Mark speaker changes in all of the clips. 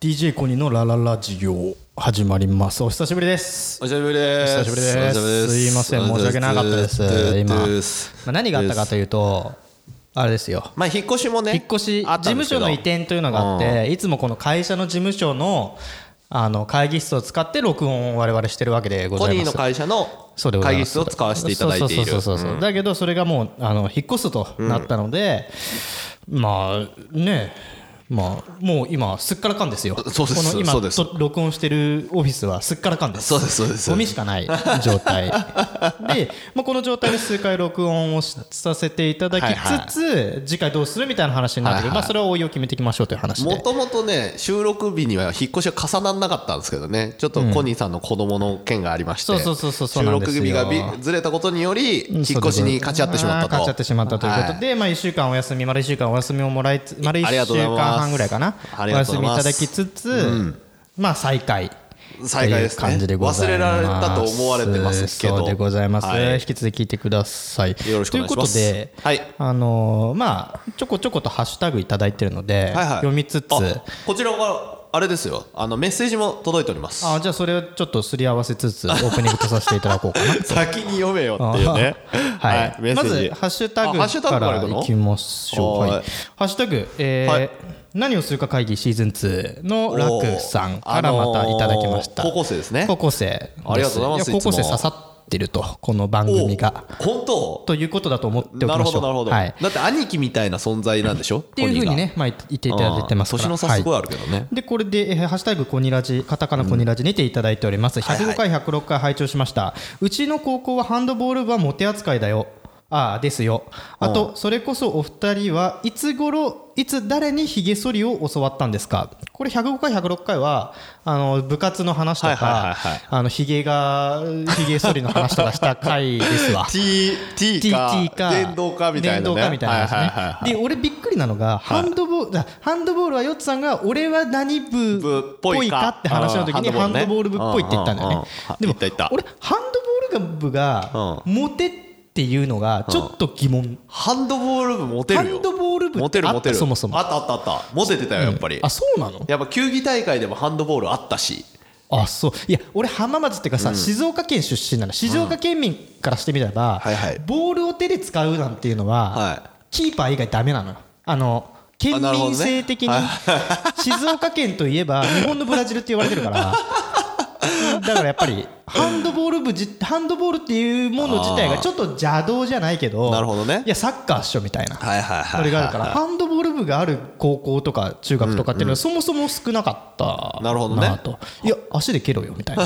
Speaker 1: DJ コニーのラララ授業始まりますお久しぶりです
Speaker 2: お久しぶりです。
Speaker 1: お久しぶりですすいません申し訳なかったです今、まあ、何があったかというとあれですよ
Speaker 2: まあ、引っ越しもね、
Speaker 1: 引っ越し
Speaker 2: あ
Speaker 1: 事
Speaker 2: ったん
Speaker 1: 務
Speaker 2: ですけ
Speaker 1: 所
Speaker 2: ど
Speaker 1: の移転というのがあって、いつもこの会社の事務所のあの会議室を使って録音を我々してるわけでご
Speaker 2: コ
Speaker 1: ざい
Speaker 2: ニ
Speaker 1: ま
Speaker 2: ー
Speaker 1: す
Speaker 2: の会社の
Speaker 1: そうでござい
Speaker 2: 会
Speaker 1: ま
Speaker 2: 議
Speaker 1: す
Speaker 2: 室を使わせていただいている。
Speaker 1: そうそうそうそうそうだけどそれがもうあの引っ越すとなったので、まあねまあもう今すっからかんですよ
Speaker 2: そうです
Speaker 1: この今
Speaker 2: そうです
Speaker 1: と録音してるオフィスはすっからかんです
Speaker 2: そうですそうです
Speaker 1: ゴミしか ない状態で、まあ、この状態で数回録音をしさせていただきつつ、次回どうするみたいな話になってくる、
Speaker 2: はいはい
Speaker 1: まあ、それはおいを決めていきましょうという話で
Speaker 2: もともとね、収録日には引っ越しは重ならなかったんですけどね、ちょっとコニーさんの子供の件がありまして、
Speaker 1: そうそうそうそうそう
Speaker 2: 収
Speaker 1: なんで
Speaker 2: 録
Speaker 1: すよ
Speaker 2: 日がびずれたことにより、引っ越しに勝ち合ってしまったと。
Speaker 1: あー勝ち合ってしまったというこ
Speaker 2: は
Speaker 1: とで、まあ、1週間お休み、丸1週間お休みをもらいつ、丸1
Speaker 2: ありがと
Speaker 1: 週
Speaker 2: うござ
Speaker 1: 間
Speaker 2: います
Speaker 1: 半ぐらいかな、
Speaker 2: あ
Speaker 1: お
Speaker 2: りがと
Speaker 1: 休
Speaker 2: うご
Speaker 1: み
Speaker 2: ざ
Speaker 1: い
Speaker 2: います
Speaker 1: ただきつつ、まあ、再開。
Speaker 2: 再開ですね
Speaker 1: という感じでございます
Speaker 2: 忘れられたと思われてますけど
Speaker 1: そうでございます、
Speaker 2: はい
Speaker 1: 引き続き聞いてください
Speaker 2: よろしくお願いします
Speaker 1: ということで、
Speaker 2: はい
Speaker 1: あのーまあちょこちょことハッシュタグいただいてるので、
Speaker 2: はいはい
Speaker 1: 読みつつ
Speaker 2: あこちらがあれですよあのメッセージも届いております
Speaker 1: あじゃあそれをちょっとすり合わせつつオープニングとさせていただこうかな
Speaker 2: 先に読めよっていうね
Speaker 1: はい、
Speaker 2: メッセ
Speaker 1: ま
Speaker 2: ージ
Speaker 1: ずハッシュタ
Speaker 2: あハッシュ
Speaker 1: グ
Speaker 2: タグ
Speaker 1: か
Speaker 2: から
Speaker 1: ら
Speaker 2: いくの
Speaker 1: いきましょうはい
Speaker 2: はい
Speaker 1: ハッシュタグ、えー
Speaker 2: はい
Speaker 1: 何をするか会議シーズン2のラクさんから
Speaker 2: おー
Speaker 1: またいただきました、
Speaker 2: あのー高校生ですね
Speaker 1: 高校生です
Speaker 2: ありがとうございます
Speaker 1: や高校生
Speaker 2: いつも
Speaker 1: 刺さってるとこの番組が
Speaker 2: お本当
Speaker 1: ということだと思ってお
Speaker 2: な
Speaker 1: き
Speaker 2: る
Speaker 1: ま
Speaker 2: ほ
Speaker 1: しょ
Speaker 2: ど
Speaker 1: う
Speaker 2: なるほど、
Speaker 1: はい、っ
Speaker 2: だって兄貴みたいな存在なんでしょって
Speaker 1: いうふうにね、まあ、言っていただいてますから
Speaker 2: 年の差すごいあるけどね、
Speaker 1: でこれで、えーハッシュタグコニラジ、カタカナコニラジにていただいております、
Speaker 2: はいは
Speaker 1: 105
Speaker 2: い
Speaker 1: 回、106回拝聴しました、うちの高校はハンドボール部はモテ扱いだよ、ああ、ですよ、あと、それこそお二人はいつ頃いつ誰にひげ剃りを教わったんですか、これ、105回、106回は、あの部活の話と
Speaker 2: はいはい
Speaker 1: か
Speaker 2: はいはい、
Speaker 1: あのひげが、ひげ剃りの話とかした回ですわ。
Speaker 2: T, T か
Speaker 1: TT か
Speaker 2: 電動かみたいなね
Speaker 1: 電動かみたいな話ね、
Speaker 2: はいはいはいはい
Speaker 1: で俺びっくりなのがハンドボール、あハンドボールはヨッツさんが俺は何部
Speaker 2: 部
Speaker 1: っ
Speaker 2: っ
Speaker 1: ぽ
Speaker 2: ぽ
Speaker 1: い
Speaker 2: いか
Speaker 1: かって話の時に
Speaker 2: うん
Speaker 1: ハ
Speaker 2: ハ
Speaker 1: ン
Speaker 2: ン
Speaker 1: ド
Speaker 2: ド
Speaker 1: ボ
Speaker 2: ボ
Speaker 1: ー
Speaker 2: ー
Speaker 1: ル
Speaker 2: ル
Speaker 1: 部
Speaker 2: ね
Speaker 1: っぽいって言ったんだよ
Speaker 2: うんうん
Speaker 1: ね
Speaker 2: うんあ
Speaker 1: でも
Speaker 2: 言った言った
Speaker 1: 俺ハンドボール部がモテっていうのがちょっと疑問
Speaker 2: ハンドボール部モテるよ
Speaker 1: ハンドボール部って
Speaker 2: モテる
Speaker 1: あった
Speaker 2: モテる
Speaker 1: そもそも
Speaker 2: あったあったあったモテてたよやっぱり、
Speaker 1: あそうなの
Speaker 2: やっぱ球技大会でもハンドボールあったし
Speaker 1: あそういや俺浜松っていうかさ、静岡県出身なの静岡県民からしてみれば、
Speaker 2: はいはい
Speaker 1: ボールを手で使うなんていうのは、
Speaker 2: は
Speaker 1: キーパー以外ダメなのよあの県
Speaker 2: なるほ
Speaker 1: 民
Speaker 2: どね
Speaker 1: 性的に、静岡県といえば日本のブラジルって言われてるから だからやっぱりハンドボール部じハンドボールっていうもの自体がちょっと邪道じゃないけど
Speaker 2: なるほどね
Speaker 1: いやサッカーっしょみたいな
Speaker 2: はいはいはい
Speaker 1: それがあるからハンドボール部がある高校とか中学とかっていうのはそもそも少なかった
Speaker 2: なるほどね
Speaker 1: といや足で蹴ろよみたい な、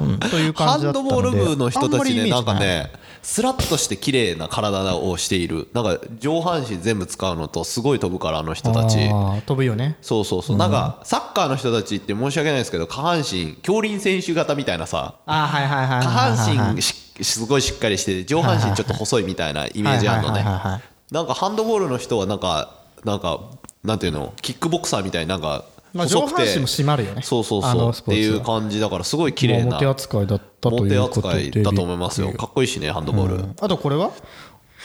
Speaker 1: うん、という
Speaker 2: ハ
Speaker 1: 感じだ
Speaker 2: ン
Speaker 1: った
Speaker 2: ド
Speaker 1: ので
Speaker 2: ボール部の人
Speaker 1: あん
Speaker 2: た
Speaker 1: まり
Speaker 2: ち
Speaker 1: イメー
Speaker 2: ね
Speaker 1: ジ
Speaker 2: なんか
Speaker 1: い
Speaker 2: ねスラッとして綺麗な体をしているなんか上半身全部使うのとすごい飛ぶからあの人たち
Speaker 1: あー飛ぶよね
Speaker 2: そうそうそうなんかサッカーの人たちって申し訳ないですけど下半身競輪選手型みたいなさ
Speaker 1: あーはいはいはい
Speaker 2: 下
Speaker 1: はいはい
Speaker 2: 半身しすごいしっかりしてて上半身ちょっと細いみたいなイメージあるの
Speaker 1: はい
Speaker 2: ね
Speaker 1: はいはいはい
Speaker 2: なんかハンドボールの人はなんかなんかなんていうのキックボクサーみたいになんか
Speaker 1: まあ
Speaker 2: 細くて
Speaker 1: 上半身も締まるよね
Speaker 2: そうそう
Speaker 1: あ
Speaker 2: そ
Speaker 1: の
Speaker 2: う
Speaker 1: ス
Speaker 2: っ
Speaker 1: ポー
Speaker 2: て
Speaker 1: ツは
Speaker 2: いう感じだからすごい綺麗
Speaker 1: まあ
Speaker 2: な
Speaker 1: モテ扱いだったと
Speaker 2: モ
Speaker 1: い
Speaker 2: テ
Speaker 1: うこと
Speaker 2: 扱
Speaker 1: で
Speaker 2: いだと思いますよ
Speaker 1: びっくり
Speaker 2: かっこいいしねハンドボール
Speaker 1: あとこれは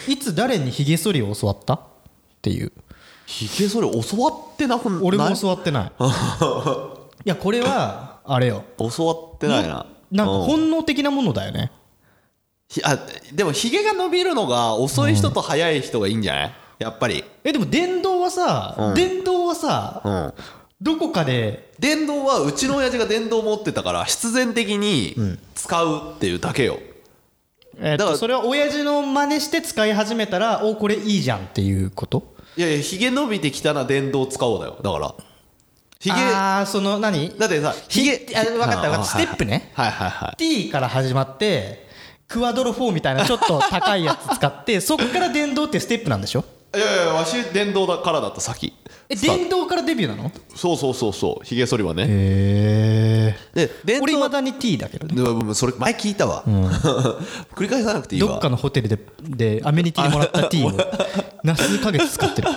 Speaker 1: いつ誰にひげ剃りを教わったっていう
Speaker 2: ひげそれ教わってなくない
Speaker 1: 俺も教わってないいやこれはあれよ
Speaker 2: 教わってないな
Speaker 1: なんか
Speaker 2: うん
Speaker 1: 本能的なものだよね
Speaker 2: ひあでもひげが伸びるのが遅い人と早い人がいいんじゃないやっぱり
Speaker 1: えでも電動はさ、電動はさ、
Speaker 2: うん
Speaker 1: どこかで
Speaker 2: 電動はうちの親父が電動持ってたから必然的に使うっていうだけよ、
Speaker 1: えー
Speaker 2: だか
Speaker 1: と
Speaker 2: ら
Speaker 1: それは親父の真似して使い始めたらおこれいいじゃんっていうこと
Speaker 2: いやいやひげ伸びてきたら電動使おうだよだからひげだ
Speaker 1: ああその何
Speaker 2: ってさひげ
Speaker 1: あ分かった分かったステップね
Speaker 2: はいはいはい
Speaker 1: T から始まってクワドロ4みたいなちょっと高いやつ使って そっから電動ってステップなんでしょ
Speaker 2: いやいやわし電動だからだった先
Speaker 1: え
Speaker 2: スタート
Speaker 1: 電動からデビューなの
Speaker 2: そうそうそうそうひげ剃りはね
Speaker 1: へ
Speaker 2: で電動
Speaker 1: 俺いまだに T だけどね
Speaker 2: でももうそれ前聞いたわ、 繰り返さなくていいわ
Speaker 1: どっかのホテルででアメニティにもらった T をな数ヶ月使ってるへ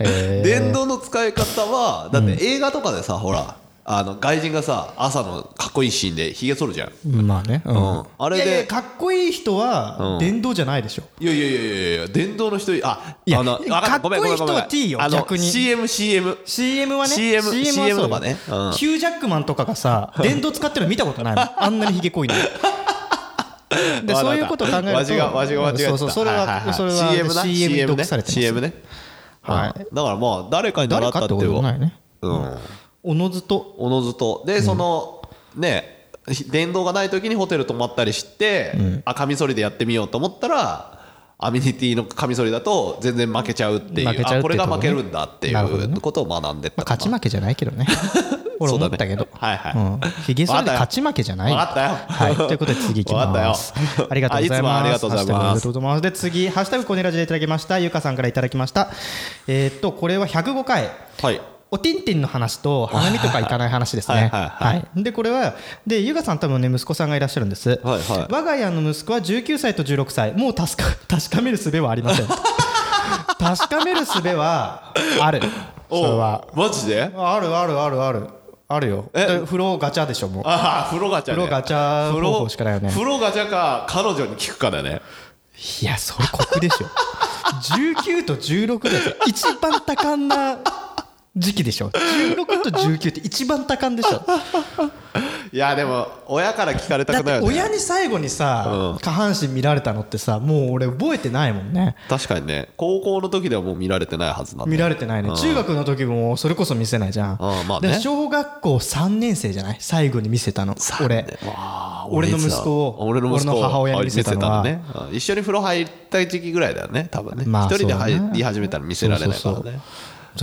Speaker 1: え
Speaker 2: 電動の使い方はだって映画とかでさほらあの外人がさ朝のかっこいいシーンでひげ剃るじゃん、
Speaker 1: まあね、う
Speaker 2: うんあれ
Speaker 1: いやい
Speaker 2: で
Speaker 1: やかっこいい人は電動じゃないでしょ、
Speaker 2: いやいやいやいやいや電動の人あ
Speaker 1: いや
Speaker 2: あのわ
Speaker 1: かっ
Speaker 2: っ
Speaker 1: こいい人は T よ
Speaker 2: あの
Speaker 1: 逆に
Speaker 2: CMCM
Speaker 1: CM はね
Speaker 2: CM
Speaker 1: はそう
Speaker 2: CM とかねうん
Speaker 1: ヒュージャックマンとかがさ電動使ってるの見たことないもんあんなにひげ 濃いので
Speaker 2: わかった
Speaker 1: そういうことを考えると
Speaker 2: わしがわしが間違えてた
Speaker 1: そうそうそれは,、
Speaker 2: いいい
Speaker 1: それは
Speaker 2: CM な
Speaker 1: CM に
Speaker 2: CM
Speaker 1: 毒
Speaker 2: ね
Speaker 1: されてます
Speaker 2: CM ね
Speaker 1: はい
Speaker 2: うんだからまあ誰かに習
Speaker 1: 誰
Speaker 2: ったっ
Speaker 1: かっててこと
Speaker 2: いう
Speaker 1: もないね
Speaker 2: うん
Speaker 1: おのずと
Speaker 2: おのずとでその、ね電動がない時にホテル泊まったりして、あカミソリでやってみようと思ったらアミニティのカミソリだと全然負けちゃうっていう
Speaker 1: 負けちゃうっていう
Speaker 2: あこれが
Speaker 1: とこ
Speaker 2: 負
Speaker 1: ね
Speaker 2: けるんだってい
Speaker 1: なるほどね
Speaker 2: うことを学んでった
Speaker 1: まあ
Speaker 2: かな
Speaker 1: 勝ち負けじゃないけど ね俺思ったけど、
Speaker 2: そうだねはいはい
Speaker 1: うん、ひげ剃りで勝ち負けじゃない
Speaker 2: わかったよ
Speaker 1: はい、ということで次いきます
Speaker 2: わかったよ
Speaker 1: ありがとうございます
Speaker 2: あいつもありがとうございます
Speaker 1: ハッシュタグありがとうございますで次「ハッシュタグコネラジ」でいただきましたゆかさんからいただきましたえーっとこれは105回
Speaker 2: はい
Speaker 1: おてんてんの話と花見とか行かない話ですね
Speaker 2: はいはいはい
Speaker 1: でこれはでゆがさん多分ね息子さんがいらっしゃるんです、
Speaker 2: はいはい
Speaker 1: 我が家の息子は19歳と16歳もう確か 確かめる術はありません 確かめる術はあるそれは
Speaker 2: おうマジで
Speaker 1: あるあるあるあるあるよ
Speaker 2: え
Speaker 1: で風呂ガチャでしょもう
Speaker 2: ああ風呂ガチャ、ね、
Speaker 1: 風呂ガチャ
Speaker 2: 風呂
Speaker 1: 方法しかないよね
Speaker 2: 風呂ガチャか彼女に聞くかだね
Speaker 1: いやそれ酷でしょ19と16だって一番多感な時期でしょ16と19って一番多感でしょ
Speaker 2: いやでも親から聞かれた
Speaker 1: だ
Speaker 2: く
Speaker 1: っ
Speaker 2: ない
Speaker 1: て
Speaker 2: よね
Speaker 1: 親に最後にさ、
Speaker 2: うん
Speaker 1: 下半身見られたのってさもう俺覚えてないもんね
Speaker 2: 確かにね高校の時ではもう見られてないはずなんだ
Speaker 1: 見られてないね、中学の時もそれこそ見せないじゃん、
Speaker 2: うんまあね
Speaker 1: で小学校3年生じゃない最後に見せたの俺
Speaker 2: わー
Speaker 1: 俺の
Speaker 2: いつだ
Speaker 1: 息子を
Speaker 2: 俺の息子を
Speaker 1: 俺の母親に見せたのは
Speaker 2: 見せたのねうん一緒に風呂入った時期ぐらいだよね多分ね一、
Speaker 1: まあ
Speaker 2: 人で
Speaker 1: そうだね
Speaker 2: 入り始めたら見せられないか
Speaker 1: そ
Speaker 2: らね
Speaker 1: うそうそうじ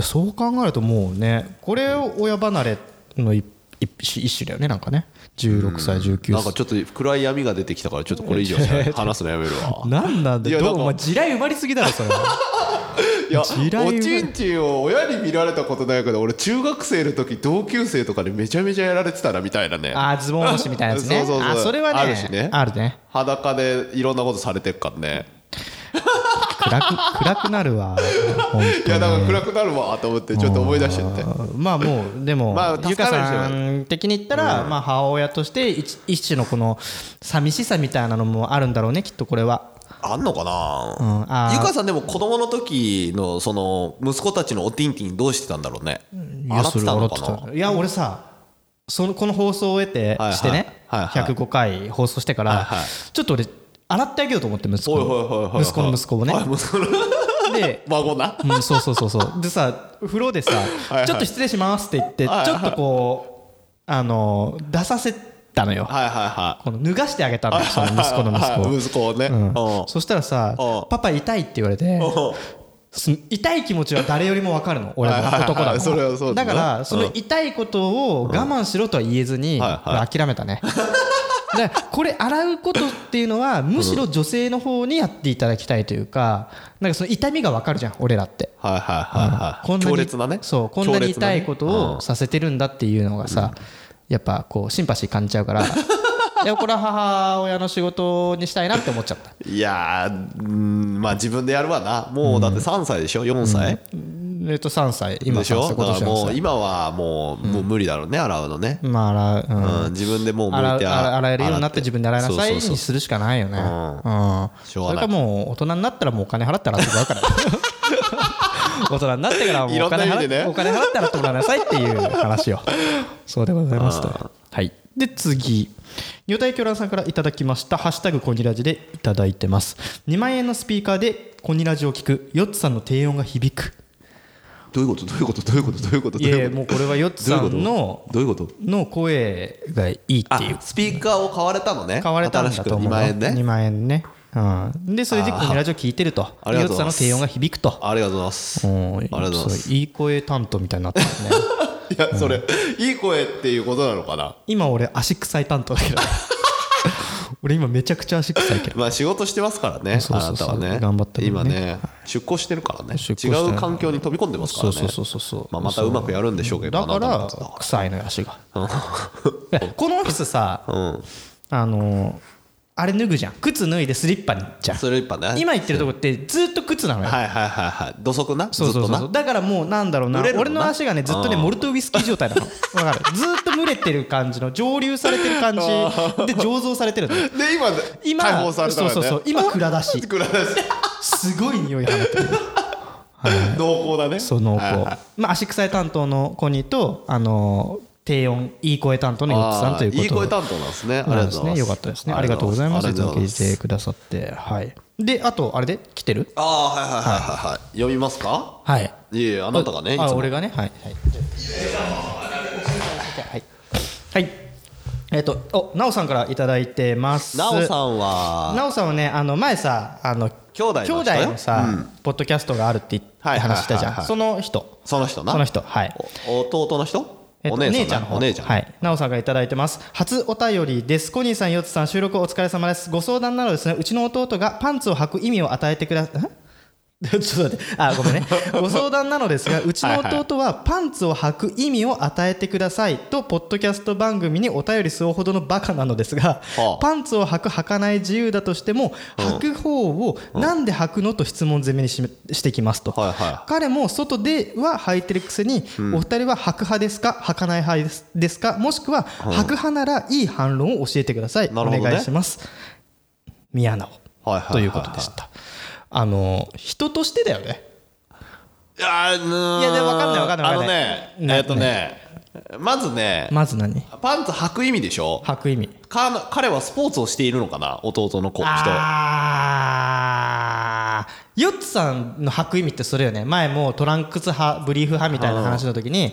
Speaker 1: ゃあそう考えるともうねこれを親離れの一一一種だよねなんかね16歳19
Speaker 2: なんか
Speaker 1: 歳
Speaker 2: ちょっと暗い闇が出てきたからちょっとこれ以上 話すのやめるわ
Speaker 1: なんなんだ
Speaker 2: いや
Speaker 1: よど
Speaker 2: なん
Speaker 1: う
Speaker 2: か
Speaker 1: お前地雷埋まりすぎだろ それは
Speaker 2: いや
Speaker 1: 地雷は
Speaker 2: おちんちんを親に見られたことないけど俺中学生の時同級生とかにめちゃめちゃやられてたなみたいなね
Speaker 1: あーズボン押しみたいなやつね
Speaker 2: そうそうそう
Speaker 1: あそれはね
Speaker 2: あるしね
Speaker 1: あるね
Speaker 2: 裸でいろんなことされてるからね
Speaker 1: 暗く暗くなる わ本当に
Speaker 2: いやだから暗くなるわと思ってちょっと思い出しちゃって
Speaker 1: あーまあもうでも、
Speaker 2: まあ
Speaker 1: ゆか
Speaker 2: 助かる人
Speaker 1: さ
Speaker 2: は
Speaker 1: ん的に言ったら、まあ、母親として一一種のこの寂しさみたいなのもあるんだろうねきっとこれは
Speaker 2: あんのかな、
Speaker 1: うんあー
Speaker 2: ゆかさんでも子供の時のその息子たちのおティンティンどうしてたんだろうね洗ってたのか
Speaker 1: いや
Speaker 2: な
Speaker 1: それいや俺さそのこの放送を得て
Speaker 2: はいはい
Speaker 1: してね
Speaker 2: はいはい
Speaker 1: 105回放送してから
Speaker 2: はいはい
Speaker 1: ちょっと俺洗ってあげようと思って息子
Speaker 2: おいおいおいおいお
Speaker 1: の
Speaker 2: い
Speaker 1: 息子の息子をね
Speaker 2: はい息子の
Speaker 1: で
Speaker 2: 孫な
Speaker 1: うん、そうそうそうそうでさ風呂でさ
Speaker 2: いはい
Speaker 1: ちょっと失礼します」って言ってち
Speaker 2: はいはい
Speaker 1: ょっとこうあの出させたのよ
Speaker 2: はいはいは
Speaker 1: この脱がしてあげたのよ
Speaker 2: い
Speaker 1: その息子の息子
Speaker 2: はい
Speaker 1: を
Speaker 2: 息子をね、
Speaker 1: うん
Speaker 2: うん
Speaker 1: そしたらさ
Speaker 2: うん
Speaker 1: パパ痛いって言われて
Speaker 2: うん
Speaker 1: その痛い気持ちは誰よりも分かる の俺も
Speaker 2: はいはいはい
Speaker 1: 男だから
Speaker 2: それはそうだ
Speaker 1: だ
Speaker 2: な
Speaker 1: からその痛いことを我慢しろとは言えずに
Speaker 2: んはいはい
Speaker 1: 俺諦めた ねだからこれ洗うことっていうのはむしろ女性の方にやっていただきたいというかなんかその痛みが分かるじゃん俺らって
Speaker 2: はいはいはいはい
Speaker 1: こんなに
Speaker 2: 強烈なね
Speaker 1: そうこんなに
Speaker 2: 強烈
Speaker 1: 痛
Speaker 2: ね
Speaker 1: いこと
Speaker 2: うん
Speaker 1: をさせてるんだっていうのがさ、やっぱこうシンパシー感じちゃう からいやこれは母親の仕事にしたいなって思っちゃった
Speaker 2: いやーうんまあ自分でやるわなもうだって3歳でしょ4歳、
Speaker 1: えっと3歳今
Speaker 2: でしょ
Speaker 1: さ
Speaker 2: だ
Speaker 1: 今
Speaker 2: から
Speaker 1: 年
Speaker 2: もう
Speaker 1: は
Speaker 2: 今はもう,、もう無理だろうね洗うのね、
Speaker 1: まあ洗う、うん
Speaker 2: うん、自分でもう
Speaker 1: 洗
Speaker 2: 向いうて
Speaker 1: 洗洗えるようになって
Speaker 2: 洗
Speaker 1: 自分で洗いなさい
Speaker 2: そう
Speaker 1: に
Speaker 2: そうそう
Speaker 1: するしかないよね、うん
Speaker 2: うんしょ
Speaker 1: そ
Speaker 2: うが
Speaker 1: れ
Speaker 2: ない
Speaker 1: かもう大人になったらもうお金払って洗ってもらうから 大人になってからも
Speaker 2: いうろ
Speaker 1: お
Speaker 2: んな
Speaker 1: 金払
Speaker 2: 意味
Speaker 1: っ
Speaker 2: でね
Speaker 1: お金払って洗ってもらいなさいっていう話をそうでございますとはいで次女体狂乱さんからいただきました「ハッシュタグコニラジ」でいただいてます2万円のスピーカーでコニラジを聞くヨッツさんの低音が響く
Speaker 2: どういうことどういうことどういうことどういうこと
Speaker 1: い
Speaker 2: どう
Speaker 1: やい
Speaker 2: い
Speaker 1: や
Speaker 2: うこと
Speaker 1: もうこれはヨッツさんの
Speaker 2: どういうこと
Speaker 1: の声がいいっていう
Speaker 2: あスピーカーを買われたのね
Speaker 1: 買われたんだと思う
Speaker 2: 新しく2
Speaker 1: 2
Speaker 2: 万円ね
Speaker 1: 万円ね、うん、でそれで
Speaker 2: あー
Speaker 1: このラジオ聞いてると
Speaker 2: ありがとう
Speaker 1: ヨッ
Speaker 2: ご
Speaker 1: ツさん
Speaker 2: ざい
Speaker 1: の
Speaker 2: ます
Speaker 1: 低音が響くと
Speaker 2: ありがとうございます
Speaker 1: うん
Speaker 2: ありがとうございます
Speaker 1: そういい声担当みたいになって ますね
Speaker 2: いやそれ、いい声っていうことなのかな
Speaker 1: 今俺足臭い担当だけど 俺今めちゃくちゃ足臭いけど
Speaker 2: まあ仕事してますからね
Speaker 1: そうそうそう
Speaker 2: あなたはね
Speaker 1: 頑張ってるね
Speaker 2: 今ね出向してるからね
Speaker 1: 出向して
Speaker 2: 違
Speaker 1: る
Speaker 2: う環境に飛び込んでますから
Speaker 1: そ
Speaker 2: ね
Speaker 1: うそうそうそうそう
Speaker 2: まあ、またうまくやるんでしょうけど
Speaker 1: だか
Speaker 2: あなたの
Speaker 1: ら
Speaker 2: ことだか
Speaker 1: 臭いのよ足がいやこのオフィスさ
Speaker 2: らうん
Speaker 1: あのあれ脱ぐじゃん靴脱いでスリッパにじゃん
Speaker 2: それ一般ね
Speaker 1: 今言ってるとこってずっと靴なのよ、
Speaker 2: はいはいはいはい土足な
Speaker 1: そうそうそ
Speaker 2: ずっ
Speaker 1: う
Speaker 2: と
Speaker 1: そ
Speaker 2: な
Speaker 1: うだからもうなんだろうな
Speaker 2: 蒸れるも
Speaker 1: 俺
Speaker 2: んな
Speaker 1: の足がねずっとね
Speaker 2: うん
Speaker 1: モルトウイスキー状態 なのわかるずっと蒸れてる感じの蒸留されてる感じで醸造されてるのよ
Speaker 2: で今
Speaker 1: 今
Speaker 2: 解放されたらね
Speaker 1: そうそうそう今蔵出 し
Speaker 2: 暗いです
Speaker 1: すごい匂い放って る
Speaker 2: 濃厚だね
Speaker 1: その子、
Speaker 2: はいはい
Speaker 1: まあ、足臭い担当の子にとあの低音いい声担当のよっつさんということ
Speaker 2: あーいい声担当なんですねありがとうございます
Speaker 1: よかったですねありがとうございます
Speaker 2: あ
Speaker 1: い
Speaker 2: り
Speaker 1: つ
Speaker 2: がと
Speaker 1: も
Speaker 2: うご
Speaker 1: 聞
Speaker 2: ざいま
Speaker 1: い
Speaker 2: す
Speaker 1: てくださってはいであとあれで来てる
Speaker 2: ああはいはいはいはいはい読みますか
Speaker 1: はい
Speaker 2: いえいえあなたがねいつ
Speaker 1: あ
Speaker 2: も
Speaker 1: 俺がねはいはいはい、はい、えっ、とおなおさんからいただいてます
Speaker 2: なおさんは
Speaker 1: なおさんはねあの前さあの
Speaker 2: 兄弟の
Speaker 1: 兄
Speaker 2: 人よ
Speaker 1: 弟のさ、ポッドキャストがあるって言って
Speaker 2: はいはいはいはい
Speaker 1: 話したじゃん、その人
Speaker 2: その人な
Speaker 1: その人はい
Speaker 2: お弟の人
Speaker 1: えっと
Speaker 2: お姉
Speaker 1: ち
Speaker 2: さ
Speaker 1: ゃん
Speaker 2: んな
Speaker 1: の方
Speaker 2: お姉ちゃん
Speaker 1: はいなおさんがいただいてます初お便りですコニーさんよつさん収録お疲れ様ですご相談なのですねうちの弟がパンツを履く意味を与え てくださちょっと待ってあごめん ねご相談なのですがうちの弟はパンツを履く意味を与えてくださいとポッドキャスト番組にお便りするほどのバカなのですが、
Speaker 2: はあ
Speaker 1: パンツを履く履かない自由だとしても履く方をなんで履くのと質問攻めにししてきますと、
Speaker 2: はいは
Speaker 1: 彼も外では履いてるくせに、お二人は履く派ですか履かない派ですですかもしくは履く派ならいい反論を教えてください、
Speaker 2: な
Speaker 1: お
Speaker 2: るほどね
Speaker 1: 願いします宮直
Speaker 2: はいはいはい
Speaker 1: ということでしたあの人としてだよね
Speaker 2: いやー
Speaker 1: いやでもわかんないわかんないわ
Speaker 2: あ
Speaker 1: か
Speaker 2: の
Speaker 1: んない
Speaker 2: ねえっとねまずね
Speaker 1: まず何
Speaker 2: パンツ履く意味でしょ
Speaker 1: 履く意味
Speaker 2: か彼はスポーツをしているのかな弟の子人
Speaker 1: あーヨッツさんの履く意味ってそれよね前もトランクス派ブリーフ派みたいな話の時に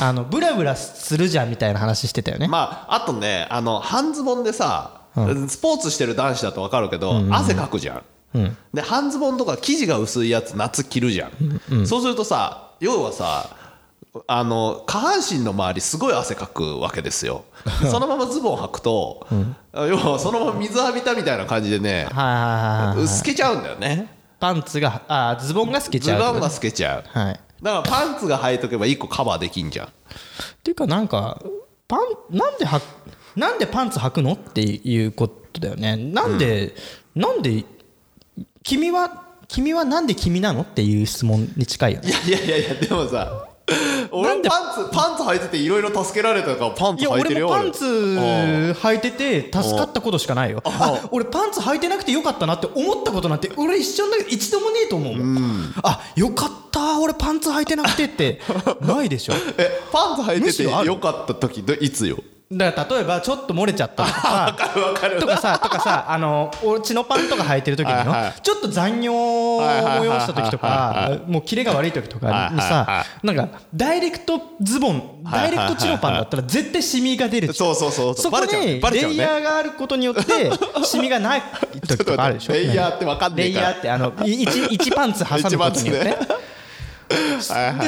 Speaker 1: あのブラブラするじゃんみたいな話してたよね
Speaker 2: まああとねあの半ズボンでさ、スポーツしてる男子だとわかるけど、汗かくじゃん、で半ズボンとか生地が薄いやつ夏着るじゃん、そうするとさ要はさあの下半身の周りすごい汗かくわけですよそのままズボン履くと、要はそのまま水浴びたみたいな感じで
Speaker 1: はいは
Speaker 2: ね
Speaker 1: いはいはい
Speaker 2: 透けちゃうんだよね
Speaker 1: パンツがあーズボンが透けち
Speaker 2: ズ
Speaker 1: ゃう
Speaker 2: ボンが透けちゃう
Speaker 1: はい
Speaker 2: だからパンツが履いとけば一個カバーできんじゃん
Speaker 1: っていうかなんかパンなんではなんでパンツ履くのっていうことだよねなんで、なんで君は君はなんで君なのっていう質問に近いよ
Speaker 2: い
Speaker 1: ね
Speaker 2: やいやいやいやでもさ
Speaker 1: な
Speaker 2: 俺
Speaker 1: んで
Speaker 2: パンツパンツ履いてていろいろ助けられたからパ ン
Speaker 1: い
Speaker 2: ツ
Speaker 1: や
Speaker 2: 履いて
Speaker 1: 俺
Speaker 2: る
Speaker 1: も
Speaker 2: よ
Speaker 1: パンツ
Speaker 2: 俺
Speaker 1: 履いてて助かったことしかないよあ俺パンツ履いてなくてよかったなって思ったことなんて俺一緒だけど一度もねえと思うもん、あよかった俺パンツ履いてなくてって ないでしょ
Speaker 2: えパンツ履い
Speaker 1: む
Speaker 2: て
Speaker 1: してろある
Speaker 2: よかった時どいつよ
Speaker 1: だから例えばちょっと漏れちゃったとか
Speaker 2: わかる
Speaker 1: とか さとかさあのお血のパンとか履いてる時によ
Speaker 2: はいはい
Speaker 1: ちょっと残業を催した時と
Speaker 2: はい
Speaker 1: かもうキレが悪い時とかに
Speaker 2: はいはいは
Speaker 1: さなんかダイレクトズボンダイレクトチノパンだったら絶対シミが出るじゃん
Speaker 2: そうそうそう
Speaker 1: そ
Speaker 2: バ
Speaker 1: こ
Speaker 2: レちゃうね
Speaker 1: に
Speaker 2: バレちゃう
Speaker 1: レイヤ
Speaker 2: ね
Speaker 1: ーがあることによってシミがない時とかあるでしょ
Speaker 2: ちょっと待ってレイヤーってわかんねえから
Speaker 1: レイヤーってあのい一一パンツ挟むことによってねで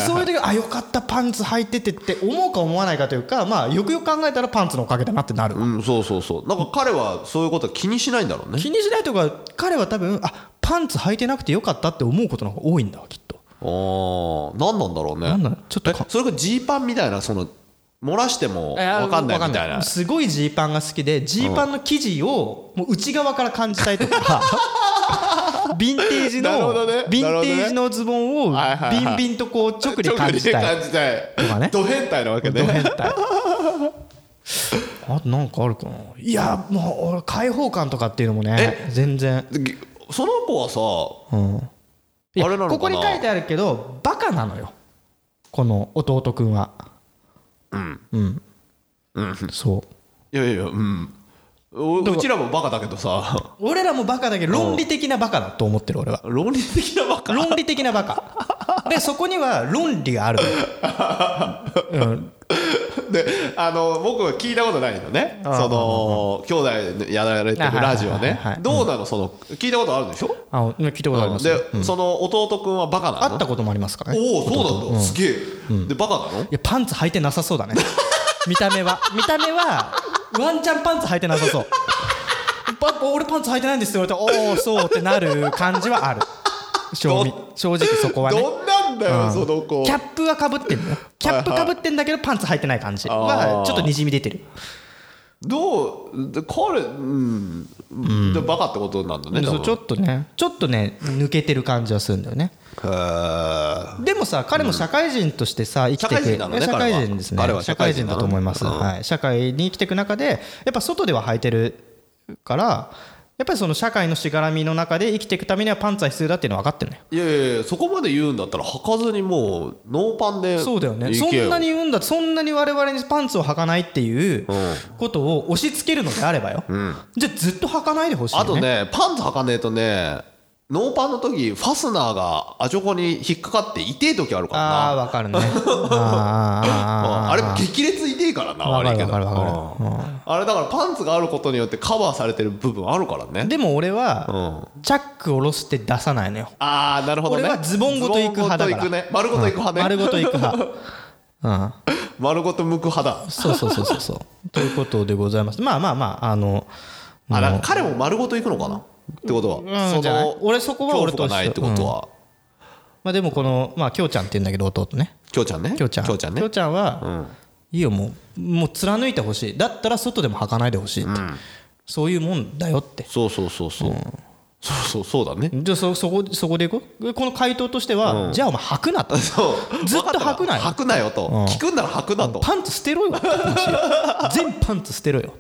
Speaker 1: そういう時あよかったパンツ履いててって思うか思わないかというかまあよくよく考えたらパンツのおかげだなってなる
Speaker 2: うんそうそうそうなんか彼はそういうことは気にしないんだろうね
Speaker 1: 気にしないとか彼は多分あパンツ履いてなくてよかったって思うことの方が多いんだわきっと
Speaker 2: ああ何なんだろうね
Speaker 1: なんだちょっと
Speaker 2: え
Speaker 1: か
Speaker 2: それがジーパンみたいなその漏らしてもわかんないみたいな
Speaker 1: すごいジーパンが好きでジーパンの生地をもう内側から感じたいとかヴィンテージ
Speaker 2: なる
Speaker 1: の
Speaker 2: ほどね
Speaker 1: ヴィンテージのズボンをビ
Speaker 2: はいはいはい
Speaker 1: ンビンとこう直で感じた
Speaker 2: 直に
Speaker 1: い
Speaker 2: 感じたい
Speaker 1: とかね
Speaker 2: ド変態なわけ
Speaker 1: ド変
Speaker 2: ね
Speaker 1: 態あとなんかあるかないやもう俺開放感とかっていうのもね全然
Speaker 2: ぎその子はさ
Speaker 1: いや
Speaker 2: あれなのかな
Speaker 1: ここに書いてあるけどバカなのよこの弟くんはうんうんそう
Speaker 2: いやいやいやうんおうちらもバカだけどさ
Speaker 1: 俺らもバカだけど論理的なバカだと思ってる俺は
Speaker 2: 論理的なバカ
Speaker 1: 論理的なバカでそこには論理があるの よ、うん、
Speaker 2: であの僕は聞いたことないのねそ
Speaker 1: あー
Speaker 2: の兄弟やられてるラジオ
Speaker 1: はいはい
Speaker 2: ね
Speaker 1: はいはい
Speaker 2: どうなのその聞いたことあるでしょ
Speaker 1: あの聞いたことありますよ
Speaker 2: でその弟くんはバカな
Speaker 1: 会
Speaker 2: の
Speaker 1: ったこともありますからね
Speaker 2: おお
Speaker 1: 弟と
Speaker 2: そうなんだすげえでバカなの
Speaker 1: いやパンツ履いてなさそうだね見た目は見た目はワンチャンパンツ履いてなさそうパ俺パンツ履いてないんですよって言われておおそうってなる感じはある正味正直そこはね
Speaker 2: どんなんだよその子
Speaker 1: キャップはかぶってんのよキャップかぶってんだけどパンツ履いてない感じ
Speaker 2: あ
Speaker 1: は
Speaker 2: ー
Speaker 1: ちょっとにじみ出てる
Speaker 2: どうで彼うん、でバカってことなんだね多
Speaker 1: そう
Speaker 2: 分
Speaker 1: ちょっとねちょっとね抜けてる感じはするんだよね
Speaker 2: へー
Speaker 1: でもさ彼も社会人としてさ生きていく
Speaker 2: 社会人なのね
Speaker 1: 社
Speaker 2: 彼は
Speaker 1: 会人ですね
Speaker 2: 彼は社
Speaker 1: 社
Speaker 2: 会
Speaker 1: 会
Speaker 2: 人
Speaker 1: 人
Speaker 2: なの
Speaker 1: だと思います、
Speaker 2: うん
Speaker 1: はい、社会に生きていく中でやっぱ外では履いてるからやっぱりその社会のしがらみの中で生きていくためにはパンツは必要だっていうのは分かってるのよ
Speaker 2: いやいやいやそこまで言うんだったら履かずにもうノーパンで
Speaker 1: そうだよね
Speaker 2: 行
Speaker 1: そ
Speaker 2: けよ
Speaker 1: んなに言うんだそんなに我々にパンツを履かないっていうことを押し付けるのであればよ、じゃあずっと履かないでほしいよ
Speaker 2: あとねパンツ履かねえとねノーパンの時ファスナーがあそこに引っかかって痛い時あるからな
Speaker 1: ああ分かる ねあーあーあーあー
Speaker 2: あれ激烈痛いからな
Speaker 1: わか
Speaker 2: 悪い
Speaker 1: る
Speaker 2: け
Speaker 1: わ
Speaker 2: ど
Speaker 1: かるわかる
Speaker 2: うんあれだからパンツがあることによってカバーされてる部分あるからね
Speaker 1: でも俺
Speaker 2: う
Speaker 1: は
Speaker 2: ん
Speaker 1: チャック下ろして出さないのよ
Speaker 2: ああなるほどね
Speaker 1: 俺はズボンごと行く派だから
Speaker 2: ズボンごと行くね丸ごと行く派ね
Speaker 1: 丸ごといく派うん
Speaker 2: 丸ごと向く派だ
Speaker 1: そうそうそうそうそうということでございますまあまあまああの
Speaker 2: あだから彼も丸ごと行くのかなってことは、
Speaker 1: ん
Speaker 2: そ
Speaker 1: じゃな
Speaker 2: の
Speaker 1: い俺そこは俺と
Speaker 2: 恐怖がないってことは、
Speaker 1: まあでもこのまあきょうちゃんって言うんだけど弟ね
Speaker 2: きょうちゃんね
Speaker 1: きょうちゃん
Speaker 2: きょうちゃんね
Speaker 1: きょうちゃんはいいよもうもう貫いてほしいだったら外でも履かないでほしいって、そういうもんだよって
Speaker 2: そうそうそうそう、そうそうそうだね
Speaker 1: じゃあそそこそこでいこうこの回答としては、じゃあお前履くな と
Speaker 2: そう
Speaker 1: ずっと
Speaker 2: わかた
Speaker 1: 履くなよ
Speaker 2: 履くなよと、聞くんなら履くなと
Speaker 1: パンツ捨てろよって話よ全パンツ捨てろよ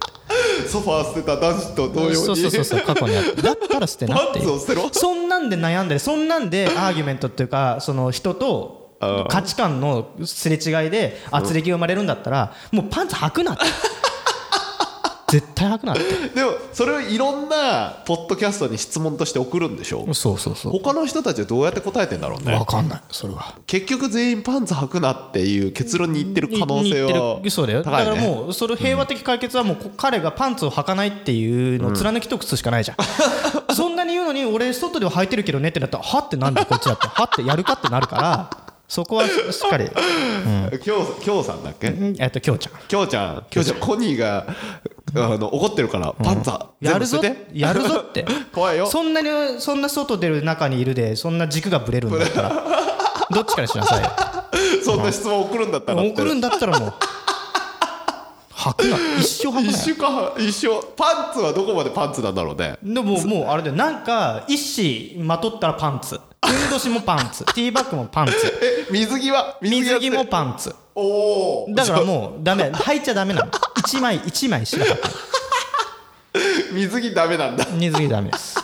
Speaker 2: ソファー捨てた男子と同様に
Speaker 1: そうそうそう そう過去にあっただったら捨てなってい
Speaker 2: パンツを
Speaker 1: う
Speaker 2: 捨てろ
Speaker 1: そんなんで悩んだりそんなんでアーギュメントっていうかその人と価値観のすれ違いで圧力が生まれるんだったらもうパンツ履くなって 絶対履くなって
Speaker 2: でもそれをいろんなポッドキャストに質問として送るんでしょ
Speaker 1: そうそうそう
Speaker 2: 他の人たちはどうやって答えてんだろうね
Speaker 1: わかんないそれは
Speaker 2: 結局全員パンツ履くなっていう結論にいってる可能性は
Speaker 1: そうだよだ
Speaker 2: 高
Speaker 1: か
Speaker 2: い
Speaker 1: ら
Speaker 2: ね
Speaker 1: もうその平和的解決はもうこ彼がパンツを履かないっていうのを貫きとくすしかないじゃん そんなに言うのに俺外では履いてるけどねってなったらはってなんだこっちだってはってやるかってなるからそこはしっかり
Speaker 2: きょうきょうさんだっけ
Speaker 1: えっと、きょうちゃん。
Speaker 2: きょうちゃんきょうちゃんコニーがあの怒ってるからパンツは
Speaker 1: やる
Speaker 2: 全部捨
Speaker 1: ぞ
Speaker 2: てて
Speaker 1: やるぞって
Speaker 2: 怖いよ
Speaker 1: そんなにそんな外出る中にいるでそんな軸がぶれるんだった らどっちからしなさいよ
Speaker 2: そんな質問送るんだったらって
Speaker 1: 送るんだったら もう履くな一生履くな
Speaker 2: 一
Speaker 1: よ
Speaker 2: 週間一生パンツはどこまでパンツなんだろうね
Speaker 1: でももうあれだよなんか一糸まとったらパンツふんどしもパンツティーバッグもパンツ
Speaker 2: え 水着は
Speaker 1: 水
Speaker 2: は
Speaker 1: 着もパンツ
Speaker 2: おお
Speaker 1: だからもうダ メ履いちゃダメなの一枚一枚しなかった
Speaker 2: 水着ダメなんだ
Speaker 1: 水着ダメです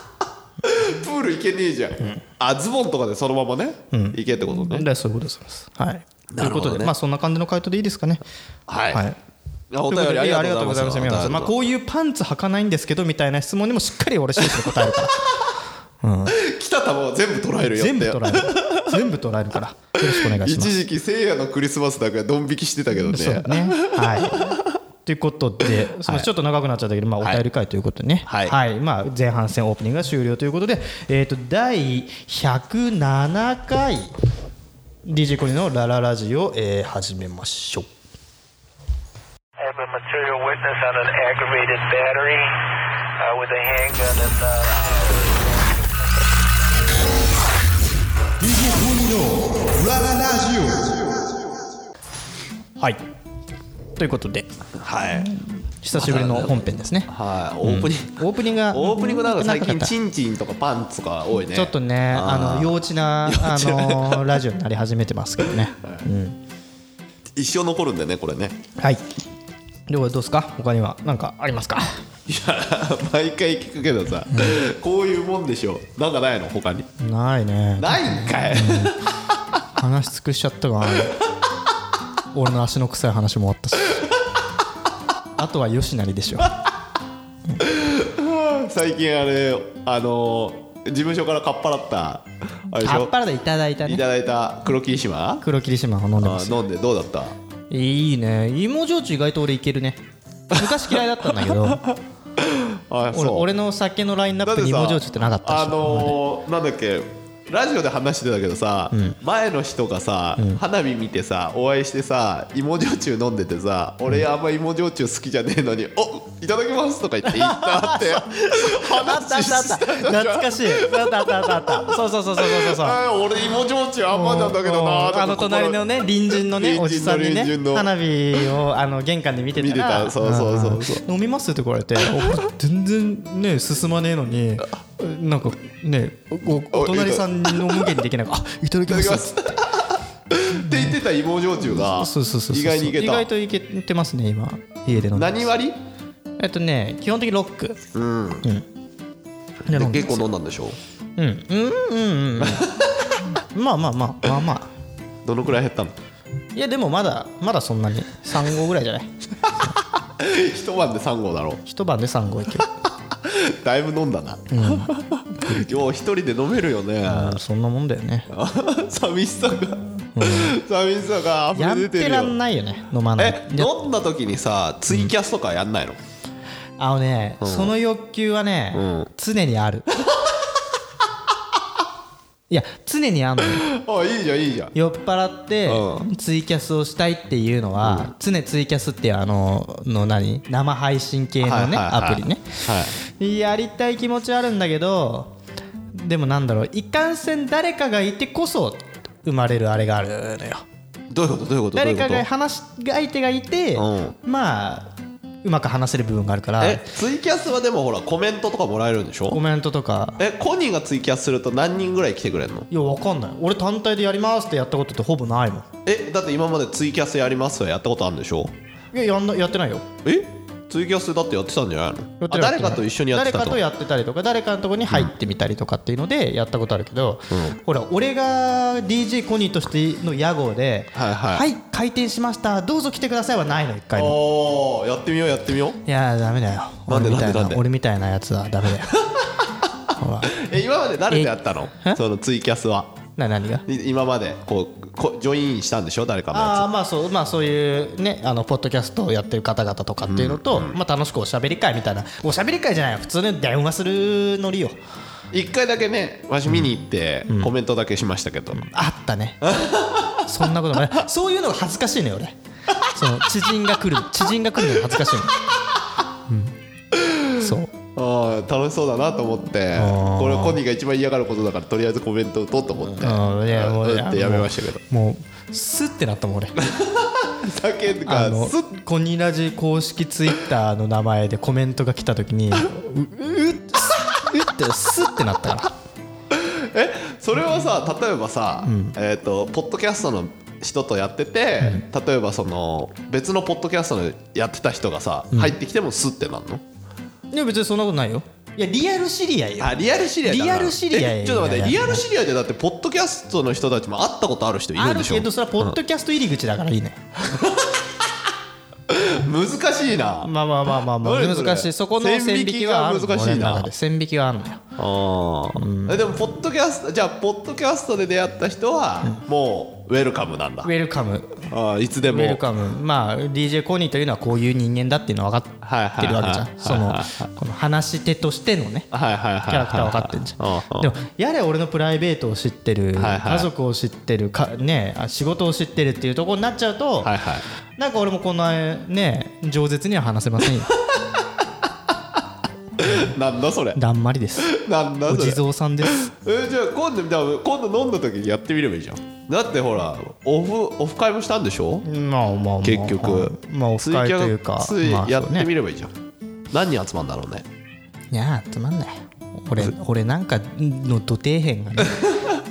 Speaker 2: プール行けねえじゃん、あズボンとかでそのままね、行けってこと
Speaker 1: だ
Speaker 2: ね
Speaker 1: からそういうことですはいと
Speaker 2: な
Speaker 1: いう
Speaker 2: るほどね
Speaker 1: ことでまあそんな感じの回答でいいですかね
Speaker 2: はい、
Speaker 1: はい
Speaker 2: あお便りありがとうございます
Speaker 1: ということでありがとうございますまあ、こういうパンツ履かないんですけどみたいな質問にもしっかり俺真摯に答え るから
Speaker 2: 来た球を全部捉えるよって
Speaker 1: 全部捉える全部捉えるからよろしくお願いします
Speaker 2: 一時期せいやのクリスマスだけはドン引きしてたけどね
Speaker 1: そうねはいということで、そのちょっと長くなっちゃったけど、まあ、お
Speaker 2: はい
Speaker 1: 便り会ということでね、
Speaker 2: はい
Speaker 1: まあ、前半戦オープニングが終了ということで、えー、と第107回 DJ コニーのラララジオ、えー始めましょう。
Speaker 3: I have a material witness on an aggravated battery uh, with a handgun and. Uh
Speaker 1: はい、ということで、
Speaker 2: はい、
Speaker 1: 久しぶりの本編ですね。
Speaker 2: はい、オープニング、
Speaker 1: オープニングが
Speaker 2: オープニングなんか最
Speaker 1: な
Speaker 2: 近
Speaker 1: かった
Speaker 2: チンチンとかパンツとか多いね
Speaker 1: ちょっとねあの幼稚なあのラジオになり始めてますけどね、うん
Speaker 2: 一生残るんだよねこれね
Speaker 1: はいではどうですか他には何かありますか
Speaker 2: いや毎回聞くけどさ、こういうもんでしょなんかないの他に
Speaker 1: ないね
Speaker 2: ないんかい、
Speaker 1: 話尽くしちゃった かな俺の足の臭い話も終わったしあとはよしなりでしょ
Speaker 2: 最近あれあの事務所からかっぱらったあれでし
Speaker 1: あっ
Speaker 2: ょ
Speaker 1: ぱらでいただいた
Speaker 2: い
Speaker 1: ね
Speaker 2: ただいた黒霧島
Speaker 1: 黒霧島を飲んでま
Speaker 2: あ
Speaker 1: すよ
Speaker 2: 飲んでどうだった
Speaker 1: いいね芋焼酎意外と俺いけるね昔嫌いだったんだけど
Speaker 2: あ
Speaker 1: 俺
Speaker 2: そう
Speaker 1: 俺の酒のラインナ
Speaker 2: だ
Speaker 1: ッ
Speaker 2: って
Speaker 1: プ
Speaker 2: さ
Speaker 1: に芋焼酎ってなかったでしょ
Speaker 2: あのーなんだっけラジオで話してたけどさ、前の人がさ、花火見てさお会いしてさ芋焼酎飲んでてさ俺あんま芋焼酎好きじゃねえのに「おいただきます」とか言って「いった」っ て
Speaker 4: あったあ
Speaker 2: 話
Speaker 4: ったあった
Speaker 2: して
Speaker 4: 懐かしいあったあったあったあったそうそうそうそうそうそう
Speaker 2: あー俺芋焼酎あんまなんだけどなーとか
Speaker 1: あの隣のね隣人のね
Speaker 2: 隣人の
Speaker 1: おじさんにね
Speaker 2: 隣人の
Speaker 1: 花火をあの玄関で見てたら
Speaker 2: 見てたそうそうそうそ
Speaker 1: うん飲みますって言われてお全然ね進まねえのになんかねおお隣さんの無限にできないから「あいただき
Speaker 2: いた
Speaker 1: ま
Speaker 2: だきますす」って言ってた芋焼酎が
Speaker 1: そうそうそうそう
Speaker 2: 意外にいけ
Speaker 1: 意
Speaker 2: た
Speaker 1: 外といけてますね今家で飲んで
Speaker 2: 何割
Speaker 1: えっとね基本的にロック
Speaker 2: うん
Speaker 1: で飲んで
Speaker 2: 結構飲んだんでしょ
Speaker 1: うんうんうんうん まあまあまあまあまあ
Speaker 2: どのくらい減ったの
Speaker 1: いやでもまだまだそんなに3合ぐらいじゃない
Speaker 2: 一晩で3合だろ
Speaker 1: 一晩で3合い ける
Speaker 2: だいぶ飲んだな、よう一人で飲めるよね、
Speaker 1: うんそんなもんだよね
Speaker 2: 寂しさが、寂しさが溢
Speaker 1: や
Speaker 2: れ
Speaker 1: っ
Speaker 2: 出て
Speaker 1: て
Speaker 2: る
Speaker 1: ら
Speaker 2: よ
Speaker 1: んないよね飲まない
Speaker 2: え
Speaker 1: で
Speaker 2: 飲んだ時にさツイキャスとかやんないの、
Speaker 1: あのね、その欲求はね、
Speaker 2: うん
Speaker 1: 常にあ るいや常にあんのよ
Speaker 2: あいいじゃんいいじゃん
Speaker 1: 酔っ払って
Speaker 2: う
Speaker 1: ツイキャスをしたいっていうのは、常ツイキャスっていうあのの何生配信系のね、
Speaker 2: はいはいはい
Speaker 1: アプリね、やりたい気持ちはあるんだけどでもなんだろういかんせん誰かがいてこそ生まれるあれがあるのよ
Speaker 2: どういうことどういうことどうい
Speaker 1: 誰
Speaker 2: うこ
Speaker 1: か
Speaker 2: と
Speaker 1: が話し相手がいて、
Speaker 2: うん
Speaker 1: まあうまく話せる部分があるから
Speaker 2: えツイキャスはでもほらコメントとかもらえるんでし
Speaker 1: コ
Speaker 2: ょ
Speaker 1: メントとか
Speaker 2: えコニーがツイキャスすると何人ぐらい来てくれるの
Speaker 1: いやわかんない俺単体でやりますってやったことってほぼないもん
Speaker 2: えだって今までツイキャスやりますはやったことあるんでしょ
Speaker 1: いややんなやってないよ
Speaker 2: えツイキャスだってやってたんじゃない
Speaker 1: や
Speaker 2: の
Speaker 1: って
Speaker 2: あ
Speaker 1: るや
Speaker 2: 誰
Speaker 1: てる
Speaker 2: かと一緒にやってた
Speaker 1: 誰か
Speaker 2: と
Speaker 1: とやってたりとか誰かのとこに入ってみたりとかっていうのでやったことあるけど、ほら俺が DJ コニーとしての屋号で「
Speaker 2: はいはい
Speaker 1: 開店しましたどうぞ来てください」はないの一回も
Speaker 2: おーやってみようやってみよう
Speaker 1: いやーダメだよ
Speaker 2: なんで
Speaker 1: 俺みたい
Speaker 2: なんでなん
Speaker 1: な
Speaker 2: で
Speaker 1: 俺みたいなやつはダメ だよほら
Speaker 2: え今まで誰とやったの
Speaker 1: え
Speaker 2: そのツイキャスは
Speaker 1: な何が
Speaker 2: い今までこうこジョインしたんでしょ誰かの
Speaker 1: あ
Speaker 2: や
Speaker 1: あまあそうまあそういうねあのポッドキャストをやってる方々とかっていうのと、まあ、楽しくおしゃべり会みたいなおしゃべり会じゃないよ普通に電話するノリよ
Speaker 2: つ一回だけねわし見に行ってコメントだけしましたけど、
Speaker 1: あったねそんなことない そういうのが恥ずかしいのよ俺その知人が来る 知人が来るのが恥ずかしいの、うん、そう
Speaker 2: あー楽しそうだなと思って
Speaker 1: あー
Speaker 2: これコニーが一番嫌がることだからとりあえずコメント打とうと思って
Speaker 1: うんいやもう
Speaker 2: 打ってやめましたけ ど
Speaker 1: もうスッてなったもん俺
Speaker 2: だけ
Speaker 1: あ
Speaker 2: が
Speaker 1: の
Speaker 2: すっ
Speaker 1: コニラジ公式ツイッターの名前でコメントが来た時 にうううっうってスッてなったから
Speaker 2: えそれはさ例えばさ、えっ、とポッドキャストの人とやってて、例えばその別のポッドキャストのやってた人がさ、入ってきてもスッてなんの
Speaker 1: いや別にそんなことないよいやリアル知り合いよ
Speaker 2: あリアル知り合いだな
Speaker 1: リアル知り合い
Speaker 2: えちょっと待って
Speaker 1: い
Speaker 2: リ
Speaker 1: や
Speaker 2: アル知り合いでだってポッドキャストの人たちも会ったことある人い
Speaker 1: あ
Speaker 2: るん
Speaker 1: る
Speaker 2: でしょ
Speaker 1: けどそれはポッドキャスト入り口だからいいね、
Speaker 2: 難しいな、
Speaker 1: まあまあまあまあまあ
Speaker 2: どれどれ
Speaker 1: 難しいそこの線引きはある
Speaker 2: 線引きが難しいな
Speaker 1: 俺の中で線引きはあるのよ
Speaker 2: あーえでもポッドキャストじゃあポッドキャストで出会った人はもうウェルカムなんだ
Speaker 1: ウ、ェルカム
Speaker 2: あーいつで
Speaker 1: ウ
Speaker 2: も
Speaker 1: ェルカムまあ DJ コニーというのはこういう人間だっていうのは分
Speaker 2: はい
Speaker 1: かっ
Speaker 2: はい
Speaker 1: てる
Speaker 2: はい
Speaker 1: わ
Speaker 2: は
Speaker 1: け
Speaker 2: い
Speaker 1: じゃ
Speaker 2: はい
Speaker 1: んそのこの話し手としてのね
Speaker 2: はいはいはい
Speaker 1: キャラクター分かってんじゃ
Speaker 2: はいはいはい
Speaker 1: んでもやれ俺のプライベートを知ってる
Speaker 2: はいはい
Speaker 1: 家族を知ってるかねあ仕事を知ってるっていうところになっちゃうと
Speaker 2: はいはい
Speaker 1: なんか俺もこんなね饒舌には話せませんよ
Speaker 2: なんだそれ
Speaker 1: だんまりです
Speaker 2: なんだ
Speaker 1: お
Speaker 2: そ
Speaker 1: 地
Speaker 2: れ
Speaker 1: 蔵さんです
Speaker 2: えじゃあ今度じゃあ今度飲んだ時にやってみればいいじゃんだってほらオフオフ会もしたんでしょ
Speaker 1: まあまあまあ
Speaker 2: 結局
Speaker 1: まあオフ会というか
Speaker 2: ツイキャ
Speaker 1: ま
Speaker 2: ス
Speaker 1: あ
Speaker 2: や
Speaker 1: そ
Speaker 2: っ
Speaker 1: うね
Speaker 2: てみればいいじゃん、何人集まんだろうね
Speaker 1: いやーつまんない俺俺なんかの土底辺が ね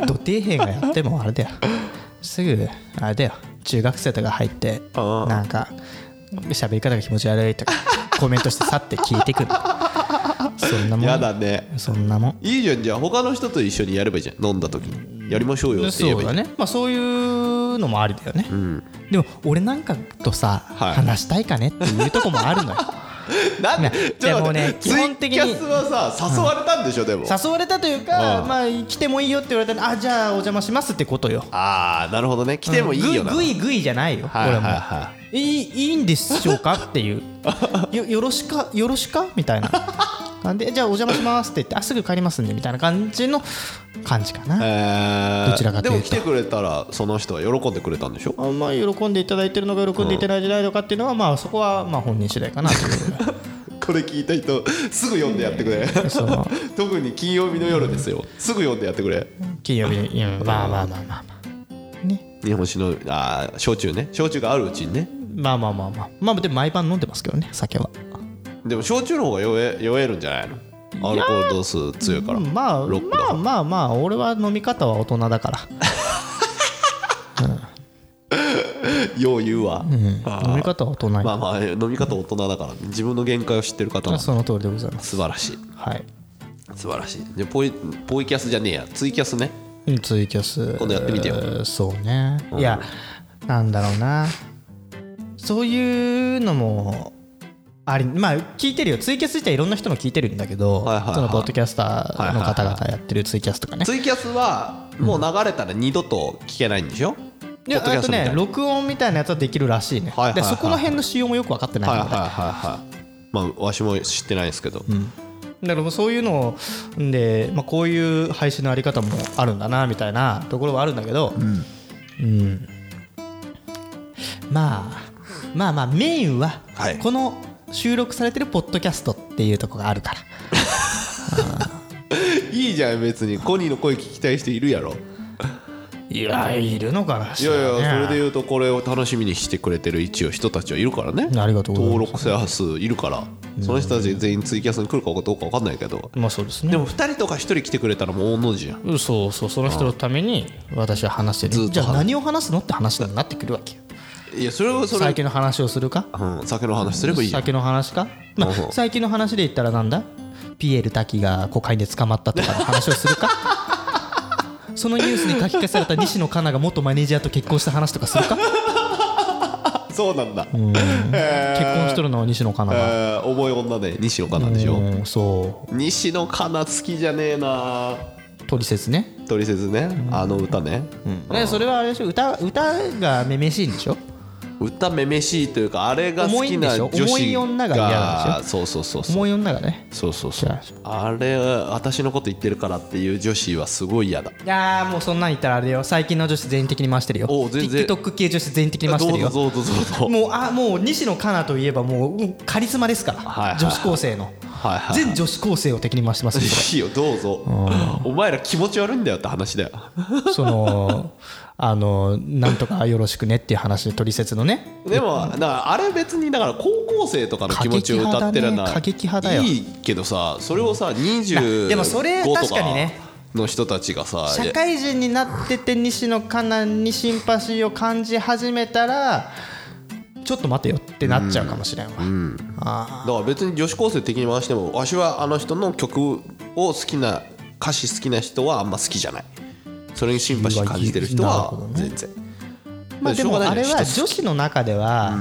Speaker 1: 土底辺がやってもあれだよすぐあれだよ中学生とか入って
Speaker 2: ああ
Speaker 1: なんか喋り方が気持ち悪いとかコメントしてさって消えてくるそんなもん
Speaker 2: やだね
Speaker 1: そんなもん
Speaker 2: いいじゃんじゃあ他の人と一緒にやればいいじゃん飲んだ時にやりましょうよって言え
Speaker 1: そ
Speaker 2: ば
Speaker 1: う
Speaker 2: いい
Speaker 1: だねまあそういうのもありだよね、でも俺なんかとさ、
Speaker 2: はい
Speaker 1: 話したいかねっていうとこもある のよ
Speaker 2: なんで
Speaker 1: ね
Speaker 2: ちょ
Speaker 1: で
Speaker 2: っと待
Speaker 1: も
Speaker 2: っ
Speaker 1: ね
Speaker 2: て
Speaker 1: 基本的に
Speaker 2: ツイキャスはさ誘われたんでしょ、でも
Speaker 1: 誘われたというか
Speaker 2: ああ
Speaker 1: まあ来てもいいよって言われたらあじゃあお邪魔しますってことよ
Speaker 2: ああなるほどね来てもいいよな、
Speaker 1: グイグイグイじゃないよ、
Speaker 2: はいはいはい
Speaker 1: これも いいいいんでしょうかっていうよよろしかよろしかみたいななんでじゃあお邪魔しますって言ってあすぐ帰りますんでみたいな感じの感じかな、
Speaker 2: え
Speaker 1: どちらかというと
Speaker 2: でも来てくれたらその人は喜んでくれたんでしょ
Speaker 1: あまあ喜んでいただいてるのか喜んでいただいてないのかっていうのは、まあそこはまあ本人次第かなという
Speaker 2: これ聞いた人すぐ読んでやって くれ
Speaker 1: その
Speaker 2: 特に金曜日の夜ですよすぐ読んでやってくれ
Speaker 1: 金曜日に、うん、まあまあまあまあまあね
Speaker 2: 日本酒のあー焼酎ね焼酎があるうちにね
Speaker 1: まあまあまあまあまあでも毎晩飲んでますけどね酒は
Speaker 2: でも焼酎の方が酔え酔えるんじゃないのアルコール度数強いから
Speaker 1: まあ
Speaker 2: ロックだか
Speaker 1: まあ
Speaker 2: ら
Speaker 1: まあまあ俺は飲み方は大人だから
Speaker 2: よう言うわ、あー
Speaker 1: 飲み方は大人よ
Speaker 2: まあまあ飲み方大人だから自分の限界を知ってる方なの素
Speaker 1: その通りでございます
Speaker 2: 晴らしい
Speaker 1: はい
Speaker 2: 素晴らしいでポイポイキャスじゃねえやツイキャスね
Speaker 1: うんツイキャス
Speaker 2: 今度やってみてよ
Speaker 1: えーそうね、いやなんだろうなそういうのもありまあ聞いてるよツイキャス自体いろんな人の聞いてるんだけど、
Speaker 2: はいはいはい
Speaker 1: そのポッドキャスターの方々やってるツイキャスとかね、
Speaker 2: ツイキャスはもう流れたら二度と聞けないんでしょ
Speaker 1: いや
Speaker 2: ポッド
Speaker 1: あと
Speaker 2: キャストみた
Speaker 1: ね
Speaker 2: いな
Speaker 1: 録音みたいなやつはできるらしいね、
Speaker 2: はいはいはいはい
Speaker 1: でそこの辺の仕様もよく分かってない
Speaker 2: はい
Speaker 1: の
Speaker 2: は
Speaker 1: で
Speaker 2: いはいはいまあわしも知ってないですけど、
Speaker 1: だからそういうのをんで、まあ、こういう配信のあり方もあるんだなみたいなところはあるんだけど、うんまあまあまあメインは
Speaker 2: はい
Speaker 1: この収録されてるポッドキャストっていうところがあるから、
Speaker 2: いいじゃん別にコニーの声聞きたい人いるやろ
Speaker 1: い、やいるのかない
Speaker 2: やいやそれで言うとこれを楽しみにしてくれてる一応人たちはいるからね
Speaker 1: ありがとうござい
Speaker 2: 登
Speaker 1: ま
Speaker 2: 録者数いるからその人たち全員ツイキャスに来るかどうか分かんないけど
Speaker 1: まあそうですね
Speaker 2: でも2人とか1人来てくれたらもう大の字やん
Speaker 1: うんそうそうその人のために私は話して
Speaker 2: ずっ
Speaker 1: る
Speaker 2: と
Speaker 1: じゃあ何を話すのって話になってくるわけよ
Speaker 2: いやそれはそれ
Speaker 1: 最近の話をするか
Speaker 2: うん酒の話すればいいじゃん
Speaker 1: 先の話か、まあ
Speaker 2: うんうん
Speaker 1: 最近の話で言ったらなんだピエール瀧がコカインで捕まったとかの話をす るかそのニュースに書き消された西野カナが元マネージャーと結婚した話とかするか結
Speaker 2: そうなんだえ
Speaker 1: 婚しとるのは西野カナ
Speaker 2: ー
Speaker 1: が、
Speaker 2: えー重い女で西野カナでしょ
Speaker 1: うんそ
Speaker 2: 西野カナ好きじゃねえな
Speaker 1: うトリセツね
Speaker 2: トリセツねあの歌ね
Speaker 1: でそれはあれでしょ歌歌がめめしいんでしょ
Speaker 2: 歌めめしいというかあれが好きな
Speaker 1: 重
Speaker 2: 女
Speaker 1: いんでしょ重い
Speaker 2: 子
Speaker 1: 女が嫌なん
Speaker 2: が
Speaker 1: で
Speaker 2: そうそうそうそう
Speaker 1: 思い女がね
Speaker 2: そうそうそう
Speaker 1: じ
Speaker 2: あれ私のこと言ってるからっていう女子はすごい嫌だ
Speaker 1: いやーもうそんなん言ったらあれよ最近の女子全員的に回してるよ
Speaker 2: おう全然
Speaker 1: TikTok 系女子全員的に回して
Speaker 2: ど
Speaker 1: る
Speaker 2: う
Speaker 1: よ
Speaker 2: ぞどうぞどうぞ
Speaker 1: もうあもう西野カナといえばもううんカリスマですから、
Speaker 2: はいはい
Speaker 1: 女子高生の、
Speaker 2: はいはい
Speaker 1: 全女子高生を敵に回してますよ
Speaker 2: いいよどうぞお前ら気持ち悪いんだよって話だよ
Speaker 1: そのあのなんとかよろしくねっていう話で取説のね
Speaker 2: でもだからあれ別にだから高校生とかの気持ちを歌ってるのは
Speaker 1: 過激派だね過激派だよ
Speaker 2: いいけどさそれをさ
Speaker 1: なでもそれ
Speaker 2: 25と
Speaker 1: 確か
Speaker 2: か
Speaker 1: にね
Speaker 2: の人たちがさ
Speaker 1: 社会人になってて西野カナにシンパシーを感じ始めたらちょっと待てよってなっちゃうかもしれんわ、あ
Speaker 2: だから別に女子高生的に回してもわしはあの人の曲を好きな歌詞好きな人はあんま好きじゃないそれにシンパシー感じてる人は
Speaker 1: なるほどね
Speaker 2: 全然、
Speaker 1: ーまあでもあれは女
Speaker 2: 子
Speaker 1: 子の中では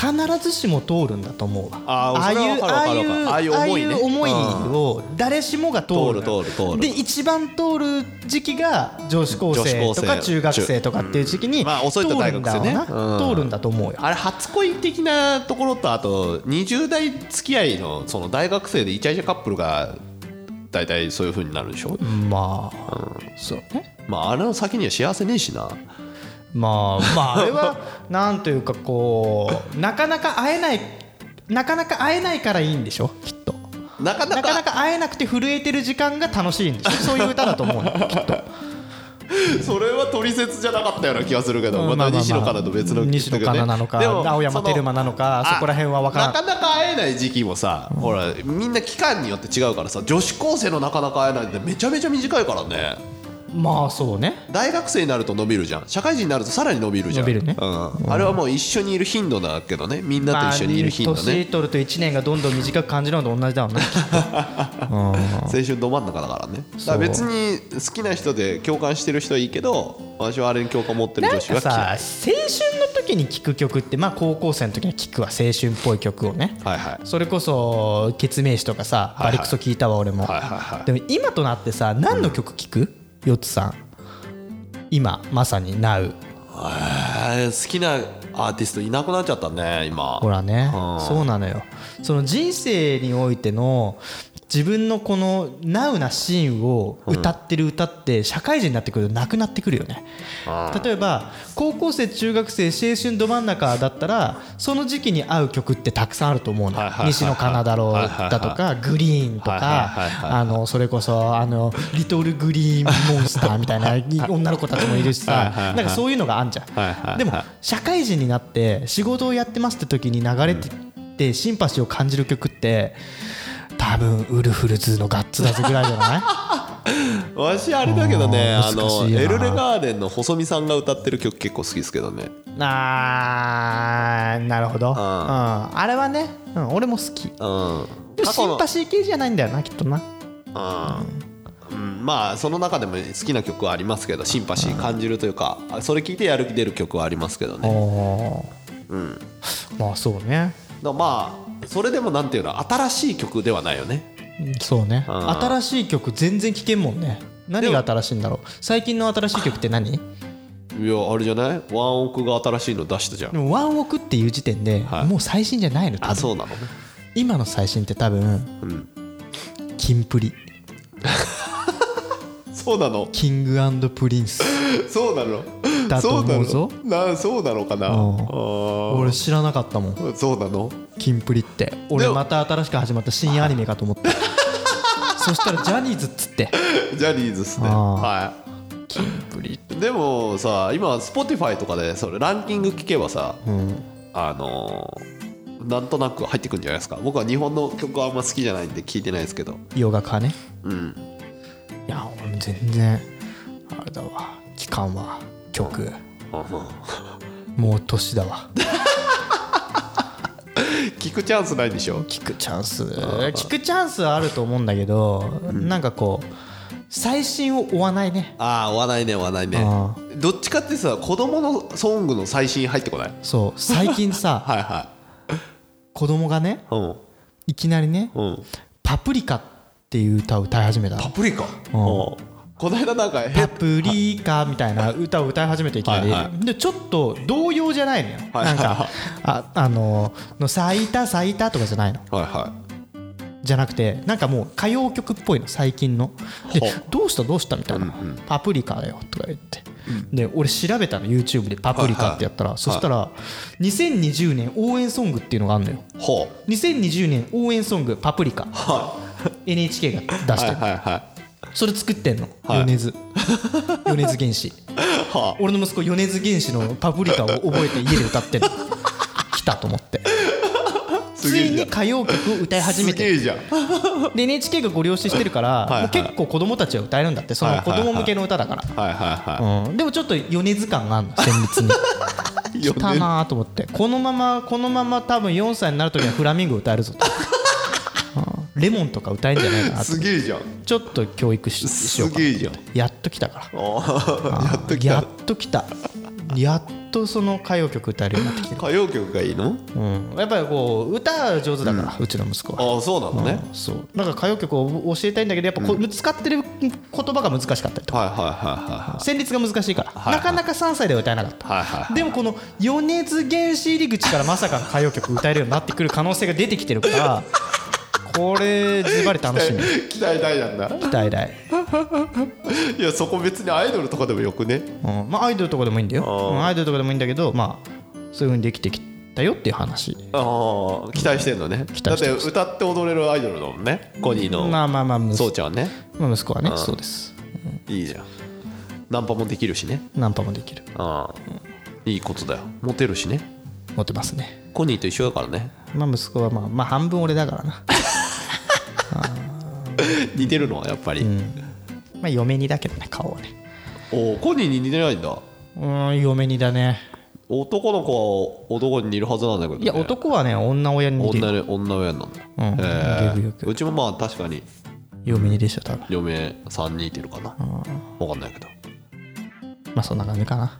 Speaker 1: 必ずしも通るんだと思うわ
Speaker 2: あーそれはわかるわかる
Speaker 1: ああいう
Speaker 2: わ
Speaker 1: ああ
Speaker 2: かるああいう思
Speaker 1: い
Speaker 2: いね
Speaker 1: う思いを誰しもが通る
Speaker 2: 通る通る通る
Speaker 1: で一番通る時期が女子高生と
Speaker 2: 女子高生
Speaker 1: か中学生とかっていう時期に
Speaker 2: まあ
Speaker 1: 通
Speaker 2: 遅い
Speaker 1: る
Speaker 2: と
Speaker 1: んだ
Speaker 2: 大
Speaker 1: ろう
Speaker 2: 学生ね
Speaker 1: な
Speaker 2: うん
Speaker 1: 通るんだと思うよ
Speaker 2: あれ初恋的なところとあと20代付き合いのその大学生でイチャイチャカップルが大体そういう風になるでしょ、
Speaker 1: まあそうね
Speaker 2: まああれの先には幸せねえしな
Speaker 1: まあまああれ はなんというかこうなかなか会えないなかなか会えないからいいんでしょきっと
Speaker 2: なかな
Speaker 1: な
Speaker 2: か
Speaker 1: かなか会えなくて震えてる時間が楽しいんでしょそういう歌だと思うのきっと
Speaker 2: それは取説じゃなかったような気がするけど、
Speaker 1: うん
Speaker 2: ま
Speaker 1: まあまあ
Speaker 2: た
Speaker 1: まあ
Speaker 2: 西野カナと別の
Speaker 1: 西野カナなのか
Speaker 2: でも
Speaker 1: 青山
Speaker 2: その
Speaker 1: テルマなのか
Speaker 2: あ
Speaker 1: そこら辺は分からん
Speaker 2: なかなか会えない時期もさ、ほらみんな期間によって違うからさ女子高生のなかなか会えないってめちゃめちゃ短いからね
Speaker 1: まあそうね
Speaker 2: 大学生になると伸びるじゃん社会人になるとさらに伸びるじゃん
Speaker 1: 伸びるね
Speaker 2: うん、あれはもう一緒にいる頻度だけどねみんな
Speaker 1: まあ
Speaker 2: と一緒にいる頻度
Speaker 1: 年
Speaker 2: ね、
Speaker 1: 取ると1年がどんどん短く感じるのと同じだもん ね
Speaker 2: 青春ど真ん中だからねだから別に好きな人で共感してる人はいいけど私はあれに共感持ってる
Speaker 1: なん
Speaker 2: 女
Speaker 1: か
Speaker 2: 子は
Speaker 1: さ
Speaker 2: 嫌い
Speaker 1: 青春の時に聴く曲ってまあ高校生の時に聴くわ青春っぽい曲をね
Speaker 2: はいはい
Speaker 1: それこそ「ケツメイシ」とかさ
Speaker 2: いは
Speaker 1: バ
Speaker 2: い
Speaker 1: リクソ聴いたわ俺も
Speaker 2: はいはいはい
Speaker 1: でも今となってさ何の曲聴くよつさん今まさに Now
Speaker 2: えー好きなアーティストいなくなっちゃったね今
Speaker 1: ほらね
Speaker 2: うん
Speaker 1: そうなのよその人生においての自分のこのナウなシーンを歌ってる歌って社会人になってくるとなくなってくるよね、例えば高校生中学生青春ど真ん中だったらその時期に合う曲ってたくさんあると思うの、
Speaker 2: はいはいはいはい
Speaker 1: 西野カナダロだとかグリーンと
Speaker 2: はい
Speaker 1: か
Speaker 2: はいはいはい
Speaker 1: あのそれこそあのリトルグリーンモンスターみたい な女の子たちもいるし
Speaker 2: はい
Speaker 1: さ
Speaker 2: はいはい
Speaker 1: なんかそういうのがあんじゃん、
Speaker 2: はいはいはい
Speaker 1: でも社会人になって仕事をやってますって時に流れてってシンパシーを感じる曲って多分ウルフルズのガッツだぜぐらいじゃない
Speaker 2: わしあれだけどね
Speaker 1: あー
Speaker 2: あの
Speaker 1: 難しいな
Speaker 2: エルレガーデンの細見さんが歌ってる曲結構好きですけどね
Speaker 1: あーなるほど、うん、あれはね、うん、俺も好き
Speaker 2: うん
Speaker 1: でも
Speaker 2: 過去
Speaker 1: シ
Speaker 2: の
Speaker 1: ンパシー系じゃないんだよなきっとな
Speaker 2: うんうんまあその中でも好きな曲はありますけどシンパシー感じるというかそれ聞いてやる気出る曲はありますけどね
Speaker 1: おーまあそうね
Speaker 2: だからまあそれでもなんていうの新しい曲ではないよね
Speaker 1: そうね
Speaker 2: ん
Speaker 1: 新しい曲全然聴けんもんね何が新しいんだろう最近の新しい曲って何
Speaker 2: いやあれじゃないワンオクが新しいの出したじゃ
Speaker 1: で
Speaker 2: ん
Speaker 1: もワンオクっていう時点で
Speaker 2: はい
Speaker 1: もう最新じゃないの多分
Speaker 2: あそうなのね
Speaker 1: 今の最新って多分キンプリ
Speaker 2: そうなの
Speaker 1: キングプリンス
Speaker 2: そうなの
Speaker 1: だと思うぞ
Speaker 2: そうなのなそうなのかなあ
Speaker 1: ん
Speaker 2: ー
Speaker 1: 俺知らなかったもん
Speaker 2: そうなの
Speaker 1: キンプリって
Speaker 2: で
Speaker 1: 俺
Speaker 2: も
Speaker 1: また新しく始まった新アニメかと思って そしたらジャニーズっつって
Speaker 2: ジャニーズっすね
Speaker 1: あー
Speaker 2: はい
Speaker 1: キンプリ
Speaker 2: でもさ今 Spotify とかでそれランキング聞けばさ、あのーなんとなく入ってくるんじゃないですか僕は日本の曲はあんま好きじゃないんで聞いてないですけど
Speaker 1: ヨガかね
Speaker 2: うん
Speaker 1: いや俺も全然あれだわ期間は曲もう年だわ
Speaker 2: 聞くチャンスないでしょ
Speaker 1: 聞くチャンス聞くチャンスはあると思うんだけど、なんかこう最新を追わないね
Speaker 2: ああ追わないね追わないね
Speaker 1: あ
Speaker 2: どっちかってさ子供のソングの最新入ってこない
Speaker 1: そう最近 さ
Speaker 2: はいは
Speaker 1: 子供がね
Speaker 2: いうん
Speaker 1: いきなりね
Speaker 2: うん、
Speaker 1: 「パプリカ」っていう歌を歌い始めたの
Speaker 2: パプリカ、うん、この間なんかへ
Speaker 1: パプリカみたいな歌を歌い始めていきなり、
Speaker 2: はいは
Speaker 1: でちょっと童謡じゃないのよ、
Speaker 2: はい
Speaker 1: なんかああのの咲いた咲いたとかじゃないの
Speaker 2: はいは
Speaker 1: じゃなくてなんかもう歌謡曲っぽいの最近ので
Speaker 2: はあ
Speaker 1: どうしたどうしたみたいな、パプリカだよとか言って、で俺調べたの YouTube でパプリカってやったら、そしたら、2020年応援ソングっていうのがあるのよ
Speaker 2: いほう
Speaker 1: 2020年応援ソングパプリカ NHK が出して
Speaker 2: はい
Speaker 1: る
Speaker 2: はいはい
Speaker 1: それ作ってんの、
Speaker 2: はい
Speaker 1: 米津米津玄師
Speaker 2: は
Speaker 1: 俺の息子米津玄師の「パプリカ」を覚えて家で歌ってんの来たと思って
Speaker 2: す
Speaker 1: つ
Speaker 2: げえ
Speaker 1: い
Speaker 2: じゃ
Speaker 1: に
Speaker 2: ん
Speaker 1: 歌謡曲を歌い始め
Speaker 2: す
Speaker 1: て
Speaker 2: げえじゃん
Speaker 1: で NHK がご了承してるから
Speaker 2: いはい
Speaker 1: もう結構子供たちは歌えるんだってその子供向けの歌だから、
Speaker 2: はいはいは
Speaker 1: うん、でもちょっと米津感があ るの旋律に
Speaker 2: い
Speaker 1: 来た
Speaker 2: よね
Speaker 1: なーと思ってこのままこのまま多分4歳になる時にはフラミンゴ歌えるぞと、うんレモンとか歌えんじゃないかなと
Speaker 2: すげえじゃん
Speaker 1: ちょっと教育ししよ
Speaker 2: す
Speaker 1: うか
Speaker 2: げ
Speaker 1: な
Speaker 2: えじゃん
Speaker 1: やっと来たから
Speaker 2: あーやっとき
Speaker 1: や
Speaker 2: た
Speaker 1: っと来たやっとその歌謡曲歌えるようになってきてる、
Speaker 2: 歌謡曲がいいの
Speaker 1: うん、やっぱりこう歌上手だから、うちの息子は
Speaker 2: ああそうなのね
Speaker 1: そうなんか歌謡曲を教えたいんだけどやっぱこう、使ってる言葉が難しかったりとか
Speaker 2: はいはいは
Speaker 1: 旋律が難しいから、
Speaker 2: いはい
Speaker 1: なかなか3歳では歌えなかった、
Speaker 2: はいはいは
Speaker 1: でもこの米津玄師入り口からまさかの歌謡曲歌えるようになってくる可能性が出てきてるから これズバリ楽
Speaker 2: い
Speaker 1: しみ
Speaker 2: はい 期待大なんだ
Speaker 1: 期待大、
Speaker 2: いやそこ別にアイドルとかでもよくね
Speaker 1: うんまあ、アイドルとかでもいいんだよ、
Speaker 2: あー
Speaker 1: うんアイドルとかでもいいんだけどまあそういう風にできてきたよっていう話
Speaker 2: ああ期待してんのねだ
Speaker 1: 待
Speaker 2: っ
Speaker 1: して
Speaker 2: て
Speaker 1: ます
Speaker 2: 歌って踊れるアイドルだもんねコニー
Speaker 1: ま
Speaker 2: の
Speaker 1: あまあまあ息
Speaker 2: そ
Speaker 1: 子
Speaker 2: うちゃんはね
Speaker 1: まあ息子はねそうです
Speaker 2: いいじゃんナンパもできるしね
Speaker 1: ナンパもできる
Speaker 2: ああいいことだよモテるしね
Speaker 1: 持ってますね
Speaker 2: コニーと一緒だからね
Speaker 1: まあ息子はまあまあ半分俺だからな
Speaker 2: 似てるのはやっぱり
Speaker 1: まあ嫁にだけどね顔はね
Speaker 2: おおコニーに似てないんだ
Speaker 1: うん嫁にだね
Speaker 2: 男の子は男に似るはずなんだけどね
Speaker 1: いや男はね女親に似てる
Speaker 2: 女で女親なんだ
Speaker 1: うん
Speaker 2: え
Speaker 1: デブよく
Speaker 2: ーうちもまあ確かに
Speaker 1: 嫁にでしょ多分
Speaker 2: 嫁3人いてるかなわかんないけど
Speaker 1: まあそんな感じか な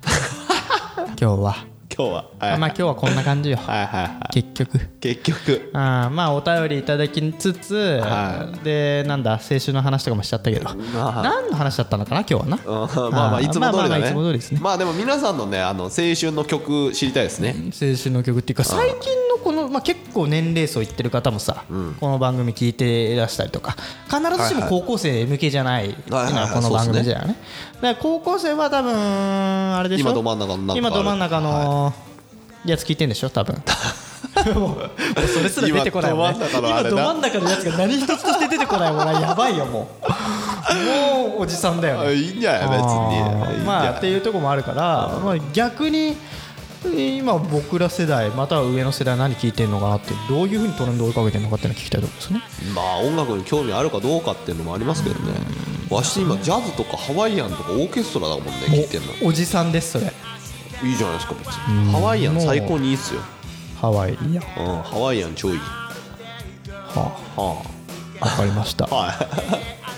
Speaker 1: 今日は
Speaker 2: 今日ははい
Speaker 1: まあ今日はこんな感じよ
Speaker 2: はいはいは
Speaker 1: 結局
Speaker 2: い結局
Speaker 1: あーまあお便りいただきつつ
Speaker 2: は
Speaker 1: でなんだ青春の話とかもしちゃったけど
Speaker 2: まあ
Speaker 1: 何の話だったのかな今日はな
Speaker 2: うん まあまあ
Speaker 1: あー
Speaker 2: いつも通り
Speaker 1: まあまあま
Speaker 2: だ
Speaker 1: あい
Speaker 2: ね
Speaker 1: つも通りですね
Speaker 2: まあでも皆さんのねあの青春の曲知りたいですね
Speaker 1: 青春の曲っていうか最近のこの、まあ、結構年齢層いってる方もさ、この番組聞いてらしたりとか必ずしも高校生向けじゃないっていうの
Speaker 2: はいはい
Speaker 1: はこの番組じゃないねだから高校生は多分あれでしょ
Speaker 2: 今ど真ん中のなんかある
Speaker 1: 今ど真ん中のやつ聞いてんでしょ 多分もうもうそれすら出てこないもんね
Speaker 2: 今ど真ん中のあれな
Speaker 1: 今ど真ん中のやつが何一つとして出てこないもんなやばいよもうもうおじさんだよね
Speaker 2: あいいんじゃない別
Speaker 1: あ
Speaker 2: にいいん
Speaker 1: ー
Speaker 2: じゃない
Speaker 1: まあっていうところもあるから、まあ、逆に今僕ら世代または上の世代何聞いてるのかなってどういうふうにトレンド追いかけてるのかっていうのを聞きたいところですね
Speaker 2: まあ音楽に興味あるかどうかっていうのもありますけどねわし今ジャズとかハワイアンとかオーケストラだもんね聴いてんの
Speaker 1: おおじさんですそれ
Speaker 2: いいじゃないですか別にハワイアン最高にいいっすよ、
Speaker 1: ハワイいや
Speaker 2: うん、ハワイアン超いいは
Speaker 1: は
Speaker 2: あ
Speaker 1: あわかりました
Speaker 2: はい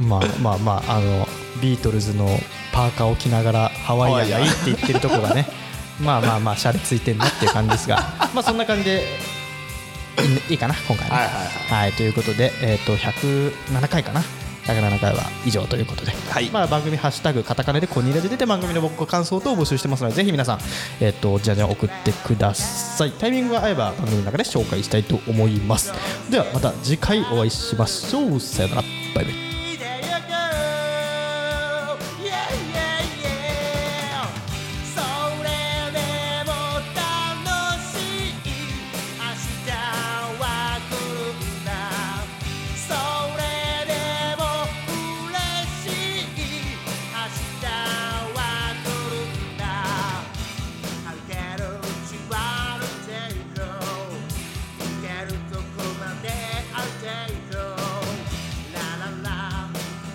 Speaker 1: まあまあまああのビートルズのパーカーを着ながらハワイアンがいいって言ってるとこがねまあまあまあシャレついてんなっていう感じ ですがまあそんな感じでいいねいいかな今回は、
Speaker 2: はいはい
Speaker 1: はい、ということで、えー、と107回かな107回は以上ということで、
Speaker 2: はい
Speaker 1: まあ、番組「ハッシュタグカタカナ」で「コニラジ」出て番組の僕感想等を募集してますのでぜひ皆さん、えー、とじゃんじゃん送ってくださいタイミングが合えば番組の中で紹介したいと思いますではまた次回お会いしましょうさよならバイバイ
Speaker 5: There you go. Yeah, yeah, yeah. それでも楽しい明日は来るんだ。それでも嬉しい明日は来るんだ。歩ける縛る程度。「いけるとこまである程度」「ラララ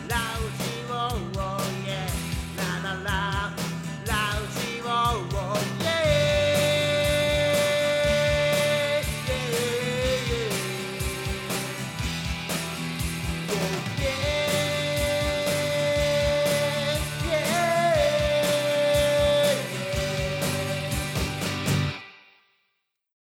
Speaker 5: ラウジオーイェララララウジオーイェイェイェイェイェイ